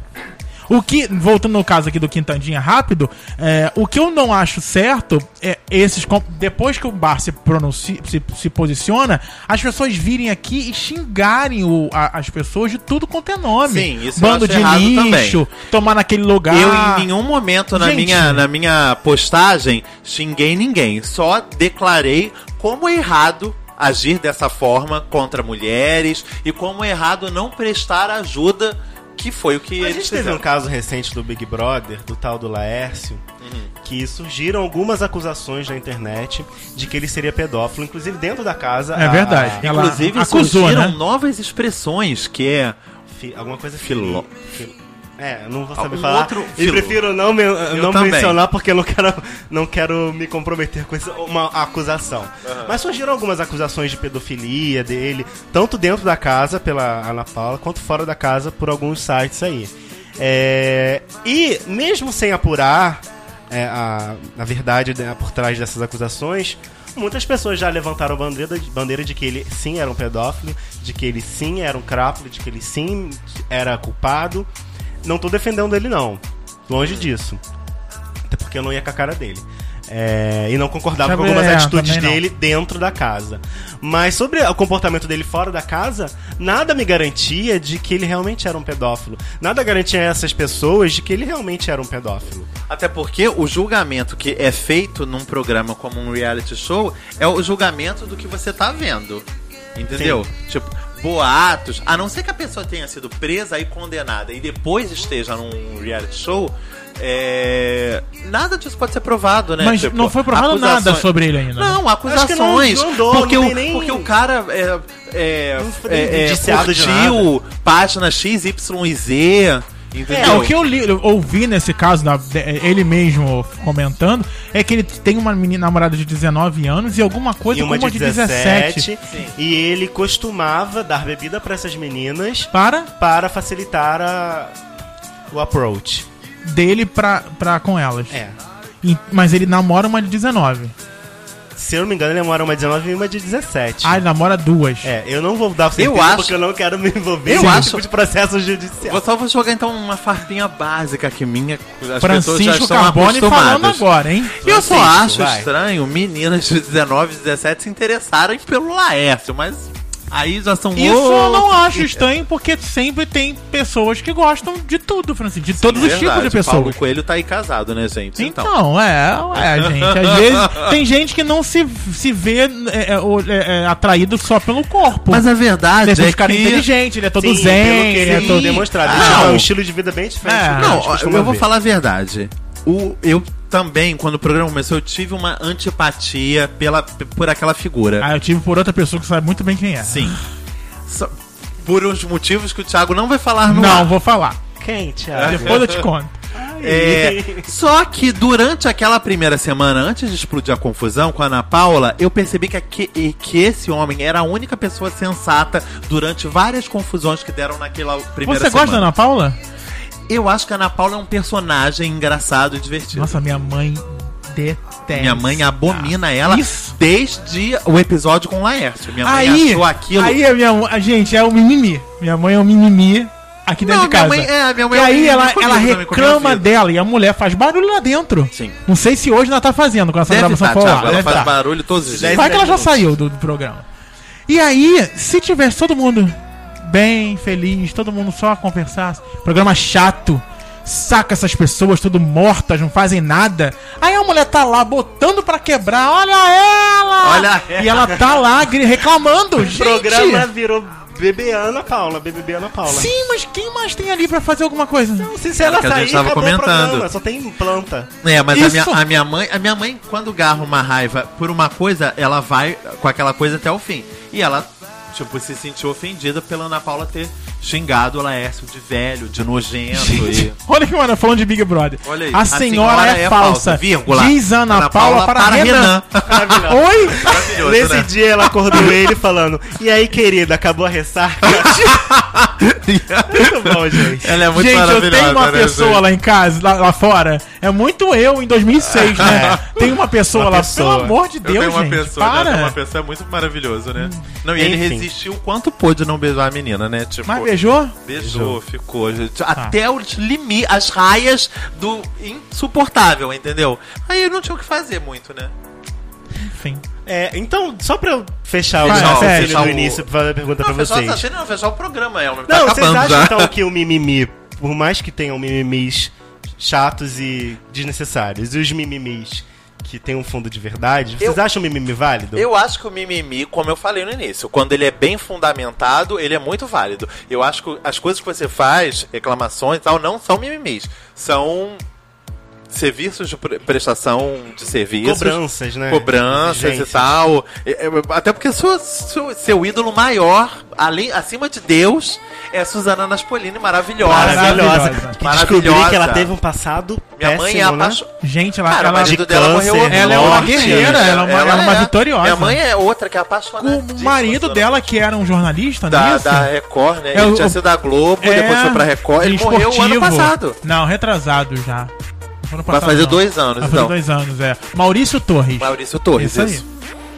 S1: o que. Voltando no caso aqui do Quintandinha rápido, é, o que eu não acho certo é esses. com- Depois que o bar se, pronuncia, se, se posiciona, as pessoas virem aqui e xingarem o- a- as pessoas de tudo quanto é nome.
S2: Sim, isso eu
S1: Bando
S2: acho
S1: de
S2: errado
S1: lixo, tomar naquele lugar.
S2: Eu, em nenhum momento na
S1: Gente.
S2: minha, na minha postagem, xinguei ninguém. Só declarei como é errado agir dessa forma contra mulheres e como é errado não prestar ajuda, que foi o que
S3: A
S2: eles
S3: gente teve um
S2: fizeram.
S3: caso recente do Big Brother, do tal do Laércio,
S2: Uhum.
S3: que surgiram algumas acusações na internet de que ele seria pedófilo, inclusive dentro da casa.
S1: É
S3: a-
S1: verdade. Ela
S2: Inclusive,
S1: acusou,
S2: surgiram
S1: né?
S2: novas expressões, que é...
S3: fi- alguma coisa
S2: Filó.
S3: fi- É, não vou saber
S2: Um
S3: falar.
S2: outro
S3: e
S2: filó.
S3: prefiro não, men- eh, não
S2: também.
S3: mencionar porque eu não quero, não quero me comprometer com essa- uma acusação. Mas surgiram algumas acusações de pedofilia dele, tanto dentro da casa, pela Ana Paula, quanto fora da casa, por alguns sites aí. É, e mesmo sem apurar é, a, a verdade né, por trás dessas acusações, muitas pessoas já levantaram bandeira de, bandeira de que ele sim era um pedófilo, de que ele sim era um crápulo, de que ele sim era culpado. Não tô defendendo ele, não. Longe disso. Até porque eu não ia com a cara dele. É, e não concordava
S1: Sabe,
S3: com algumas
S1: é,
S3: atitudes
S1: também não.
S3: dele dentro da casa. Mas sobre o comportamento dele fora da casa, nada me garantia de que ele realmente era um pedófilo. Nada garantia a essas pessoas de que ele realmente era um pedófilo.
S2: Até porque o julgamento que é feito num programa como um reality show é o julgamento do que você tá vendo. Entendeu? Tipo, boatos. A não ser que a pessoa tenha sido presa e condenada e depois esteja num reality show, é, nada disso pode ser provado, né?
S1: Mas
S2: Tipo,
S1: não foi provado nada
S2: acusações-
S1: sobre ele ainda. né?
S2: Não,
S3: Acho que não-
S2: acusações.
S3: não andou,
S2: porque,
S3: não
S2: o,
S3: tem nem-
S2: porque o cara é, é,
S3: Não foi nem
S2: é, é,
S3: indiciado de
S2: curtiu página XYZ. Entendeu?
S1: É, o que eu, li- eu ouvi nesse caso, da- de- é, ele mesmo comentando, é que ele tem uma menina namorada de 19 anos e alguma coisa
S3: e uma de 17.
S2: Sim.
S3: E ele costumava dar bebida pra essas meninas
S1: Para
S3: para facilitar a- o approach.
S1: dele pra, pra com elas.
S3: É.
S1: E- mas ele namora uma de 19.
S3: Se eu não me engano, ele namora uma de 19 e uma de 17.
S1: Ah, ele namora duas.
S3: É, eu não vou dar
S2: Eu
S3: certeza
S2: acho-
S3: porque eu não quero me envolver
S2: Eu
S3: nesse
S2: acho-
S3: tipo de processo judicial.
S2: Vou só vou jogar então uma farpinha básica que minha. As pessoas já
S1: Francisco
S2: estão
S1: Carbone falando
S2: acostumadas.
S1: agora, hein?
S2: E eu só
S3: Francisco,
S2: acho
S3: vai.
S2: estranho meninas de 19, 17 se interessarem pelo Laércio, mas aí já são
S1: Isso eu não
S2: outros.
S1: acho estranho, porque sempre tem pessoas que gostam de tudo, Francisco. De todos os tipos
S2: é Verdade,
S1: de pessoas.
S2: Paulo Coelho tá aí casado, né, gente?
S1: Então, é, é, gente.
S2: [laughs]
S1: Às vezes tem gente que não se, se vê é, é, o- é, é, atraído só pelo corpo.
S2: Mas a verdade
S1: ele é
S2: é
S1: um cara
S2: que.
S1: inteligente, ele é todo
S3: Sim, pelo
S1: zen,
S3: que
S1: ele é
S3: ele
S1: todo
S3: demonstrado.
S2: Ah,
S3: Ele tinha
S2: não.
S3: um estilo de vida bem diferente.
S1: É.
S3: do que a
S2: Não,
S3: gente costuma
S2: eu vou
S3: ver.
S2: falar a verdade. O, eu também, quando o programa começou, eu tive uma antipatia pela, por aquela figura.
S1: Ah, eu tive por outra pessoa que sabe muito bem quem é.
S2: Sim. Só- por uns motivos que o Thiago não vai falar no
S1: Não,
S2: ar.
S1: vou falar.
S3: Quem, Thiago?
S1: Depois eu
S2: [laughs]
S1: te conto. [laughs]
S2: É, só que durante aquela primeira semana, antes de explodir a confusão com a Ana Paula, eu percebi que, aque- e que esse homem era a única pessoa sensata durante várias confusões que deram naquela primeira
S1: Você
S2: semana.
S1: gosta da Ana Paula?
S2: Eu acho que a Ana Paula é um personagem engraçado e divertido.
S1: Nossa, minha mãe detesta.
S2: Minha mãe abomina ela
S1: Isso.
S2: desde o episódio com o Laércio. Minha mãe
S1: Aí,
S2: achou aquilo.
S1: aí a minha mãe- a gente, é o mimimi. Minha mãe é um mimimi aqui dentro
S2: Não,
S1: de casa.
S2: minha mãe- é, minha mãe
S1: e
S2: é um
S1: aí
S2: mimimi
S1: ela,
S2: comigo
S1: ela
S2: também, com a minha
S1: reclama
S2: vida.
S1: dela e a mulher faz barulho lá dentro.
S2: Sim.
S1: Não sei se hoje ela tá fazendo com essa
S2: Deve
S1: gravação
S2: tá,
S1: for ao
S2: Thiago,
S1: ar,
S2: ela
S1: deve
S2: faz
S1: tá.
S2: barulho todos os dias.
S1: Vai que ela já saiu do, do programa. E aí, se tivesse todo mundo bem, feliz, todo mundo só a conversar, programa chato, saca essas pessoas tudo mortas, não fazem nada. Aí a mulher tá lá botando pra quebrar, olha ela!
S2: Olha ela!
S1: E ela tá lá gri-
S2: [laughs]
S1: reclamando,
S3: O
S1: gente!
S3: programa virou BBB Ana Paula, BBB Ana Paula.
S1: Sim, mas quem mais tem ali pra fazer alguma coisa?
S3: Se, se ela
S2: que a
S3: sair,
S2: gente tava
S3: acabou
S2: comentando.
S3: o programa, só tem planta.
S2: É, mas a
S1: Isso.
S2: minha, a minha mãe, a minha mãe, quando garra uma raiva por uma coisa, ela vai com aquela coisa até o fim. E ela, tipo, se sentiu ofendida pela Ana Paula ter
S4: xingado o Laércio de velho, de nojento. e...
S1: Olha que mano, falando de Big Brother.
S4: Olha aí,
S1: A senhora, é, falsa.
S4: vírgula.
S1: Diz Ana, Paula, para, Renan. Oi?
S4: Maravilhoso,
S3: Nesse
S4: né?
S3: dia ela acordou [laughs] ele falando: E aí, querida, acabou a ressaca? [laughs]
S1: [laughs]
S3: Muito bom, gente.
S4: Ela é muito
S1: gente, eu
S4: maravilhosa,
S1: tenho uma
S4: né,
S1: pessoa
S4: gente?
S1: lá em casa, lá, lá fora. É muito eu em 2006, né? Tem uma pessoa
S3: Uma
S1: lá.
S3: pessoa.
S1: Pelo amor de
S4: eu
S1: Deus,
S4: tenho uma
S1: gente.
S4: pessoa, né?
S1: para.
S4: Eu tenho uma pessoa é muito maravilhoso, né? Não, e ele
S3: Enfim.
S4: resistiu o quanto pôde não beijar a menina, né? Tipo,
S1: Mas beijou?
S4: Beijou, ficou. gente.
S3: Ah.
S4: Até os limites, as raias do insuportável, entendeu? Aí não tinha o que fazer muito, né?
S1: Enfim.
S3: É, então, só pra eu fechar o
S1: Vai,
S3: raciocínio
S4: fechar
S3: do
S4: o-
S3: início, pra fazer a pergunta pra
S4: Não, fechar,
S3: vocês.
S4: o- não, fechar o programa, Elmer. Tá
S3: Não, vocês
S4: acabando
S3: acham
S4: já.
S3: então que o mimimi, por mais que tenham mimimis chatos e desnecessários, e os mimimis que tem um fundo de verdade, vocês acham o mimimi válido?
S2: Eu acho que o mimimi, como eu falei no início, quando ele é bem fundamentado, ele é muito válido. Eu acho que as coisas que você faz, reclamações e tal, não são mimimis. São serviços de pre- prestação de serviços.
S3: Cobranças,
S1: É,
S3: né?
S2: Cobranças e
S3: Exigências.
S2: tal. É, é, Até porque sua- sua- seu ídolo maior, além, acima de Deus, é Suzana Naspolini, maravilhosa.
S3: Maravilhosa.
S1: Maravilhosa.
S3: Que descobri que ela
S2: Maravilhosa.
S3: teve um passado
S2: Minha
S3: péssimo,
S2: mãe é
S3: né?
S2: apaixonada.
S1: Gente, ela,
S2: Cara, o
S1: ela,
S2: marido dela morreu.
S3: câncer,
S1: ela é uma
S3: morte.
S1: guerreira, ela é uma, ela é uma vitoriosa.
S2: Minha mãe é outra que é
S1: o
S2: apaixonada.
S1: marido dela, que era um jornalista, não é
S2: da,
S1: isso?
S2: da Record, né?
S1: É,
S2: ele
S1: o- É
S2: tinha sido da Globo, depois foi pra Record. Ele
S1: esportivo.
S2: morreu ano passado.
S1: Não, retrasado já. Ano
S2: Vai
S1: passado,
S2: fazer
S1: não.
S2: dois anos,
S1: Vai fazer
S2: então.
S1: dois anos, é. Maurício Torres.
S2: Maurício Torres,
S1: Isso
S2: isso.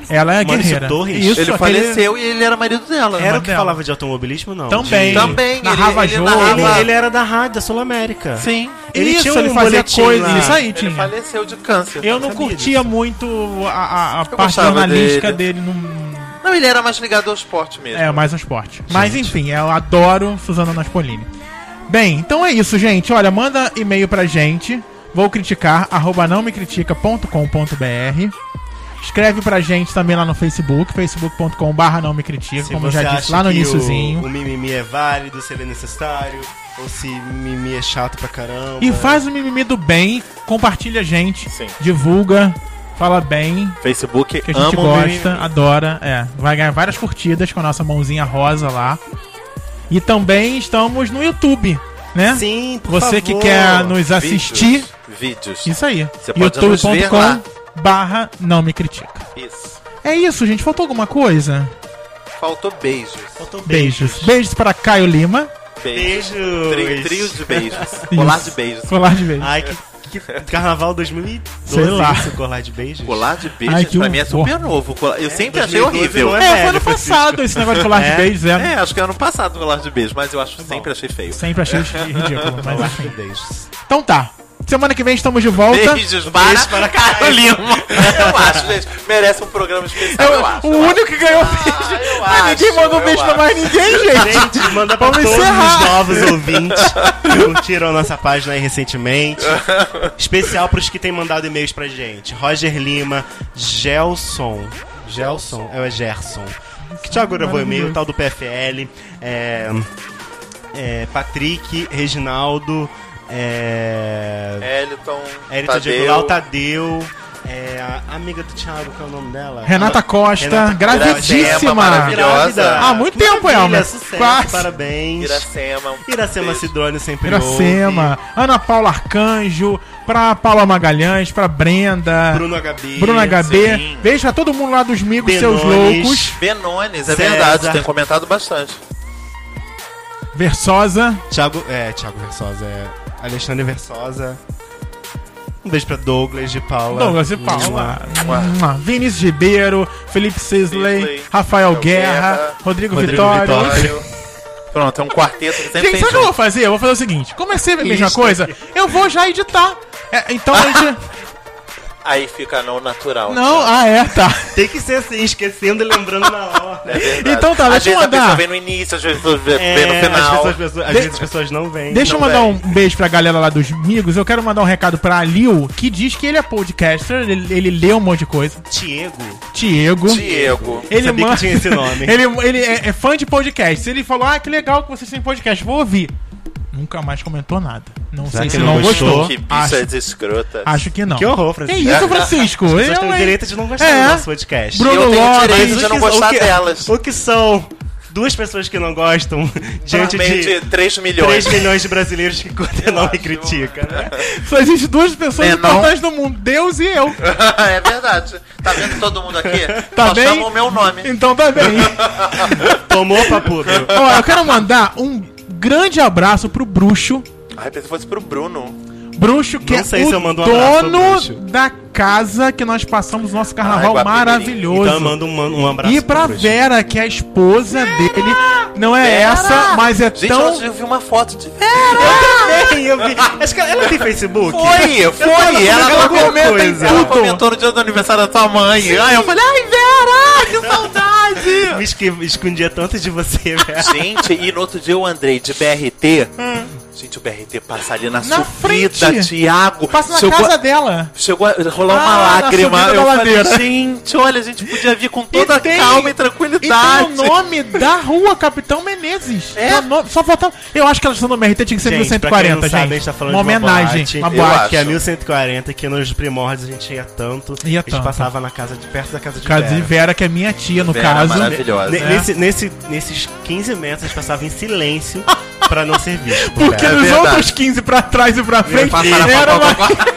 S1: aí. Ela é a
S3: Maurício
S1: guerreira.
S3: Torres?
S1: Isso,
S2: Ele
S1: aquele-
S2: faleceu e ele era marido dela.
S3: Era o
S2: né? Era...
S3: que
S1: dela.
S3: falava de automobilismo, não?
S1: Também.
S3: de-
S2: Também,
S1: Narrava
S2: ele- ele
S1: jogo.
S2: narrava-
S3: Ele, ele era da rádio, da Sul América.
S2: Sim.
S3: Ele
S1: isso,
S3: tinha um
S1: ele fazia
S3: boletim
S1: coisas.
S3: lá.
S1: Isso aí,
S2: Ele
S1: tinha.
S2: faleceu de câncer.
S1: Eu não
S3: sabia
S1: curtia muito a, a- a parte
S2: gostava
S1: jornalística dele. num-
S2: Não, ele era mais ligado ao esporte mesmo.
S1: É, mais um esporte. Mas enfim, eu adoro Suzana Naspolini. Bem, então é isso, gente. Olha, manda e-mail pra gente. Vou criticar, arroba não me critica.com.br. Escreve pra gente também lá no Facebook, facebook.com barra não me critica,
S3: Se
S1: como
S3: você
S1: já disse
S3: acha
S1: lá no
S3: que
S1: iniciozinho.
S3: O, o mimimi é válido, se ele é necessário, ou se mimimi é chato pra caramba.
S1: E faz o mimimi do bem, compartilha a gente,
S2: Sim.
S1: divulga, fala bem,
S2: Facebook
S1: que a gente
S2: ama o
S1: gosta,
S2: mimimi.
S1: adora. É, vai ganhar várias curtidas com a nossa mãozinha rosa lá. E também estamos no YouTube, né?
S3: Sim, por
S1: Você que
S3: favor.
S1: quer nos assistir,
S2: Vídeos. vídeos.
S1: isso aí.
S2: Você pode nos ver lá.
S1: youtube.com barra não me critica.
S2: Isso.
S1: É isso, gente. Faltou alguma coisa?
S2: Faltou beijos.
S3: Faltou
S1: Beijos. Beijos para Caio Lima.
S2: Beijos.
S3: Beijos.
S2: Tri- trios de beijos. Colar de beijos.
S1: Colar de beijos.
S3: Ai, que,
S2: [laughs]
S3: que carnaval 2012.
S1: Sei lá.
S3: Isso, colar de beijos.
S2: Colar de beijos
S1: Ai, que
S2: pra mim é
S1: horror.
S2: super novo. Colar- Eu sempre achei
S3: 2012
S2: horrível.
S3: não
S1: É,
S3: é
S1: foi
S3: velho,
S1: ano
S3: Francisco.
S1: passado esse negócio de colar de
S3: É?
S1: beijos. É,
S2: É, acho que ano passado colar de beijo, mas eu acho
S1: Tá
S2: sempre achei feio.
S1: Sempre
S2: [laughs]
S1: achei ridículo, mas
S3: Colar
S1: enfim.
S3: de beijos.
S1: Então tá. Semana que vem estamos de volta.
S2: Beijos para,
S3: Beijo para
S2: Caio Lima. Eu acho, gente. Merece um programa especial, eu, acho.
S1: Então, o único que ganhou beijo.
S2: eu
S1: Ah, ninguém
S2: acho,
S1: mandou
S2: eu
S1: beijo pra
S2: acho.
S1: mais ninguém, gente.
S3: Gente, manda pra
S1: Vamos
S3: todos
S1: encerrar.
S3: os novos ouvintes que curtiram a nossa página aí recentemente. Especial pros que têm mandado e-mails pra gente. Roger Lima, Gelson. Gelson? É, é Gerson. Que te agravou e-mail, tal do PFL. É, é, Patrick, Reginaldo. É,
S2: Eliton,
S3: Érito de tá
S2: Tadeu.
S3: Aguilar, Tadeu. É, a amiga do Thiago, qual é o nome dela?
S1: Renata Costa,
S3: Renata Costa,
S1: gravidíssima.
S2: Ema, maravilhosa.
S3: Grávida.
S1: Há muito tempo,
S3: Maravilha,
S1: Elmer.
S3: Sucesso,
S1: Quase.
S3: parabéns.
S2: Iracema.
S3: Iracema
S2: Beijo.
S3: Cidrone sempre
S1: Iracema, Ana Paula Arcanjo, pra Paula Magalhães, pra Brenda,
S3: ouve. Bruno HB.
S1: Bruna HB.
S2: sim.
S1: Beijo pra todo mundo lá dos migos, seus
S3: Benones.
S1: loucos.
S2: Benones, é
S3: César.
S2: verdade, tem comentado bastante.
S1: Versosa,
S3: Thiago, é, Thiago Versosa. É, Alexandre Versosa. Um beijo pra Douglas de Paula.
S1: Douglas e
S3: Mua.
S1: Paula, Mua. Vinícius Ribeiro, Felipe Sisley,
S2: Sisley,
S1: Rafael
S2: Rafael
S1: Guerra,
S2: Guerra,
S1: Rodrigo,
S3: Rodrigo
S1: Vitória.
S3: Vitória.
S2: Pronto, é um quarteto que sempre
S1: Gente,
S2: tem
S1: sabe o que eu vou
S2: gente.
S1: fazer? Eu vou fazer o seguinte: como é sempre a mesma
S3: Lista.
S1: coisa, eu vou já editar. É, então a
S2: [laughs]
S1: gente.
S2: Aí fica não natural.
S1: Não, ah, é, tá.
S3: Tem que ser assim, esquecendo e lembrando na hora.
S2: É verdade.
S1: Então tá,
S2: às
S1: deixa eu
S2: vezes a
S1: mandar.
S2: pessoa vem no início, às vezes vê,
S3: É,
S2: vê no
S3: Às,
S2: final.
S3: pessoas- pessoas- às
S1: De-
S3: vezes as pessoas não vêm.
S1: Deixa eu
S2: Não
S1: mandar
S2: vem.
S1: um beijo pra galera lá dos amigos. Eu quero mandar um recado pra Liu, que diz que ele é podcaster, ele, ele lê um monte de coisa.
S3: Tiago.
S1: Tiego.
S2: Diego.
S1: Ele
S3: Sabia
S1: manda-
S3: que tinha esse nome.
S1: [laughs] ele, ele é, é fã de podcast. Ele falou: Ah, que legal que vocês têm podcast, vou ouvir. Nunca mais comentou nada. Não
S3: Será
S1: sei
S3: que
S1: se
S3: ele
S1: não
S3: não
S1: gostou.
S3: gostou?
S2: Que bicha
S1: Acho,
S2: desescrota.
S1: acho que não.
S3: Que
S1: Que
S3: horror, Francisco.
S1: isso, Francisco?
S3: As pessoas
S1: Eu,
S3: têm
S1: hein?
S3: o direito de não gostar
S1: É.
S3: do nosso podcast.
S1: Bruno
S2: eu tenho
S1: Lopes,
S2: direito de
S3: o
S2: não
S3: que- o
S2: gostar
S3: que-
S2: delas.
S3: O que são duas pessoas que não gostam diante de
S2: 3 milhões.
S3: 3 milhões de brasileiros que condenam e criticam, né?
S1: Só existem duas pessoas
S4: É, não.
S1: importantes no mundo, Deus e eu.
S2: [laughs] é verdade. Tá vendo todo mundo aqui?
S1: [laughs] Tá
S2: Só
S1: bem?
S2: chama o meu nome.
S1: Então
S3: [laughs]
S1: tá bem.
S3: Tomou papudo.
S1: Ó, eu quero mandar um grande abraço pro Bruxo.
S2: Ai, pensei que fosse pro Bruno.
S1: Bruxo que
S3: Não sei
S1: é o
S3: se eu mando um abraço pro
S1: dono
S3: Bruxo.
S1: da casa que nós passamos o nosso carnaval
S2: Ai, Guapimirim.
S1: maravilhoso.
S3: Então manda um, um abraço.
S1: e pra
S3: pro Bruxo.
S1: Vera, que é a esposa dele. Não é
S2: Vera!
S1: essa, mas é
S2: Gente,
S1: tão.
S2: hoje eu vi uma foto de.
S1: É
S3: Ei, eu vi. Acho que ela tem Facebook.
S2: Foi, foi.
S1: é
S2: Ela,
S3: tá Ela
S2: comentou
S3: comenta em
S2: coisa.
S3: tudo.
S2: Ela comentou no dia do aniversário da sua mãe. Ai, eu falei, ai, Vera, que saudade.
S3: Me esque- escondia tanto de você, velho.
S2: Gente, e no outro dia eu andrei de BRT. Gente, o BRT passa ali Hum. na,
S1: Na
S2: sofrida,
S1: frente.
S2: Tiago.
S1: Passa na
S2: Chegou a-
S1: casa dela.
S2: Chegou a rolar
S1: Ah,
S2: uma
S1: na
S2: lágrima.
S1: subida da
S2: Eu falei,
S1: ladeira.
S2: gente, olha, a gente podia vir com toda
S1: E tem-
S2: calma e um
S1: E tem
S2: tranquilidade.
S1: o nome da rua Capitão Menezes.
S2: É?
S1: Tem o nome- Só faltava. Eu acho que elas estão no MRT, tinha que ser
S3: Gente, pra quem
S1: 1140,
S3: não
S1: gente.
S3: sabe, a gente tá falando
S1: uma
S3: de uma
S1: homenagem.
S3: boate.
S1: Uma
S2: Eu
S1: boate.
S2: acho.
S3: Que é 1140, que nos primórdios a gente ia tanto.
S1: Ia
S3: a gente
S1: tanto.
S3: passava na casa de perto da casa de
S1: Casa de
S3: Vera.
S1: Vera, que é minha tia, no
S2: Vera
S1: caso.
S2: maravilhosa.
S3: Ne-
S1: É.
S3: Né, nesse, nesse- nesses 15 metros a gente passava
S1: [laughs]
S3: em silêncio pra não ser visto. por
S1: Porque
S3: Vera.
S1: nos
S2: verdade.
S1: outros 15 pra trás e pra frente
S2: Passaram a
S1: era
S2: pau,
S1: uma...
S2: pau,
S1: [laughs]
S2: pau, pau.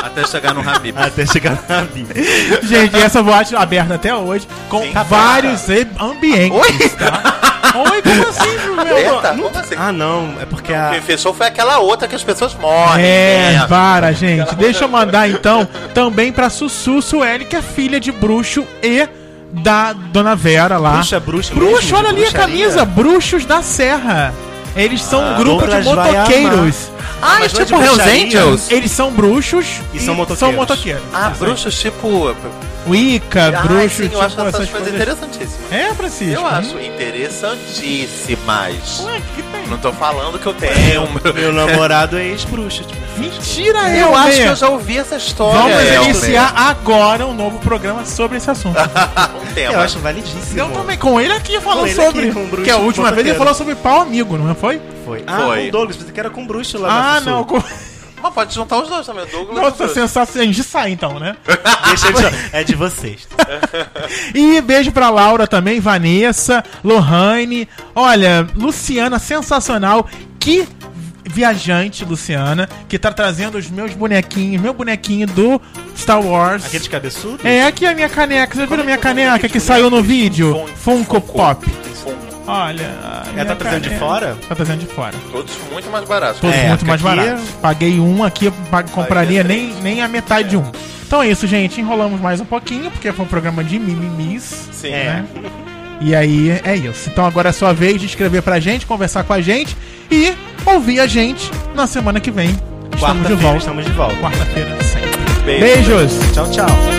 S2: Até chegar no Habib.
S3: Até chegar na Bíblia.
S1: Gente, essa boate aberta até hoje, com
S2: Sim, tá
S1: vários e- ambientes.
S2: Oi?
S1: Oi, como assim, meu?
S2: Eita, como assim?
S3: Ah, não, é porque a.
S2: Quem fechou foi aquela outra que as pessoas morrem.
S1: É,
S2: né?
S1: para, gente. Deixa eu mandar então também pra Sussu Sueli, que é filha de bruxo e da Dona Vera lá.
S3: Bruxa, bruxa.
S1: Bruxo,
S3: mesmo,
S1: olha ali a
S3: bruxaria.
S1: camisa, Bruxos da Serra. Eles são um grupo de
S3: Douglas vai
S1: motoqueiros.
S2: Ah,
S3: Mas
S2: mas
S3: não é de
S2: tipo Hells
S3: bruxaria?
S2: Angels.
S1: Eles são bruxos
S3: E são motoqueiros.
S1: São motoqueiros.
S2: Ah, bruxos tipo.
S1: Wicca,
S2: Ah,
S1: bruxos,
S2: sim, eu acho
S1: É tipo,
S2: essas coisas interessantíssimas.
S1: É, Francisco.
S2: Eu
S1: hum.
S2: acho interessantíssimas.
S1: Ué, que tem?
S2: Não tô falando que eu tenho.
S3: Meu namorado é ex-bruxo. Tipo.
S1: Mentira, eu,
S2: Eu acho que
S1: né?
S2: eu já ouvi essa história.
S1: Vamos
S2: Elmer.
S1: iniciar agora um novo programa sobre esse assunto.
S2: um tema.
S3: Eu acho validíssimo.
S1: É, Eu também, com ele aqui falando
S3: Com ele
S1: sobre.
S3: aqui, com o bruxo
S1: que a última vez ele
S3: fofoqueiro.
S1: falou sobre pau amigo, não foi?
S3: Foi. Ah,
S2: Foi.
S3: com o Douglas, pensei que era com o
S2: Tá
S3: bruxo lá na
S1: Ah,
S3: Sul.
S1: não. com-
S2: Mas pode juntar os dois também, o Douglas. e o
S1: Nossa,
S2: Bruno.
S1: sensação. A gente sai então, né?
S3: Deixa de... É de vocês.
S1: E beijo pra Laura também, Vanessa, Lohane. Olha, Luciana, sensacional. Que viajante, Luciana, que tá trazendo os meus bonequinhos, meu bonequinho do Star Wars.
S3: Aquele de cabeçudo?
S1: É, aqui a minha caneca. Vocês viram a minha caneca que saiu no vídeo?
S2: Fun-
S1: Funko Pop.
S2: Funko.
S1: Olha. a minha
S3: tá trazendo de
S1: caneca.
S3: fora?
S1: Tá trazendo de fora.
S2: Todos muito mais baratos.
S1: Todos
S3: É,
S1: muito mais
S3: aqui-
S1: baratos. Paguei um aqui, eu pag- compraria nem, nem a metade de um. Então é isso, gente. Enrolamos mais um pouquinho, porque foi um programa de mimimis. né?
S2: Sim.
S3: É.
S1: E aí é isso. Então agora é sua vez de escrever pra gente, conversar com a gente e ouvir a gente na semana que vem. Estamos de
S3: Quarta-feira
S1: volta.
S3: estamos de volta.
S1: Quarta-feira, sempre.
S2: Beijo.
S1: Beijos.
S3: Tchau, tchau.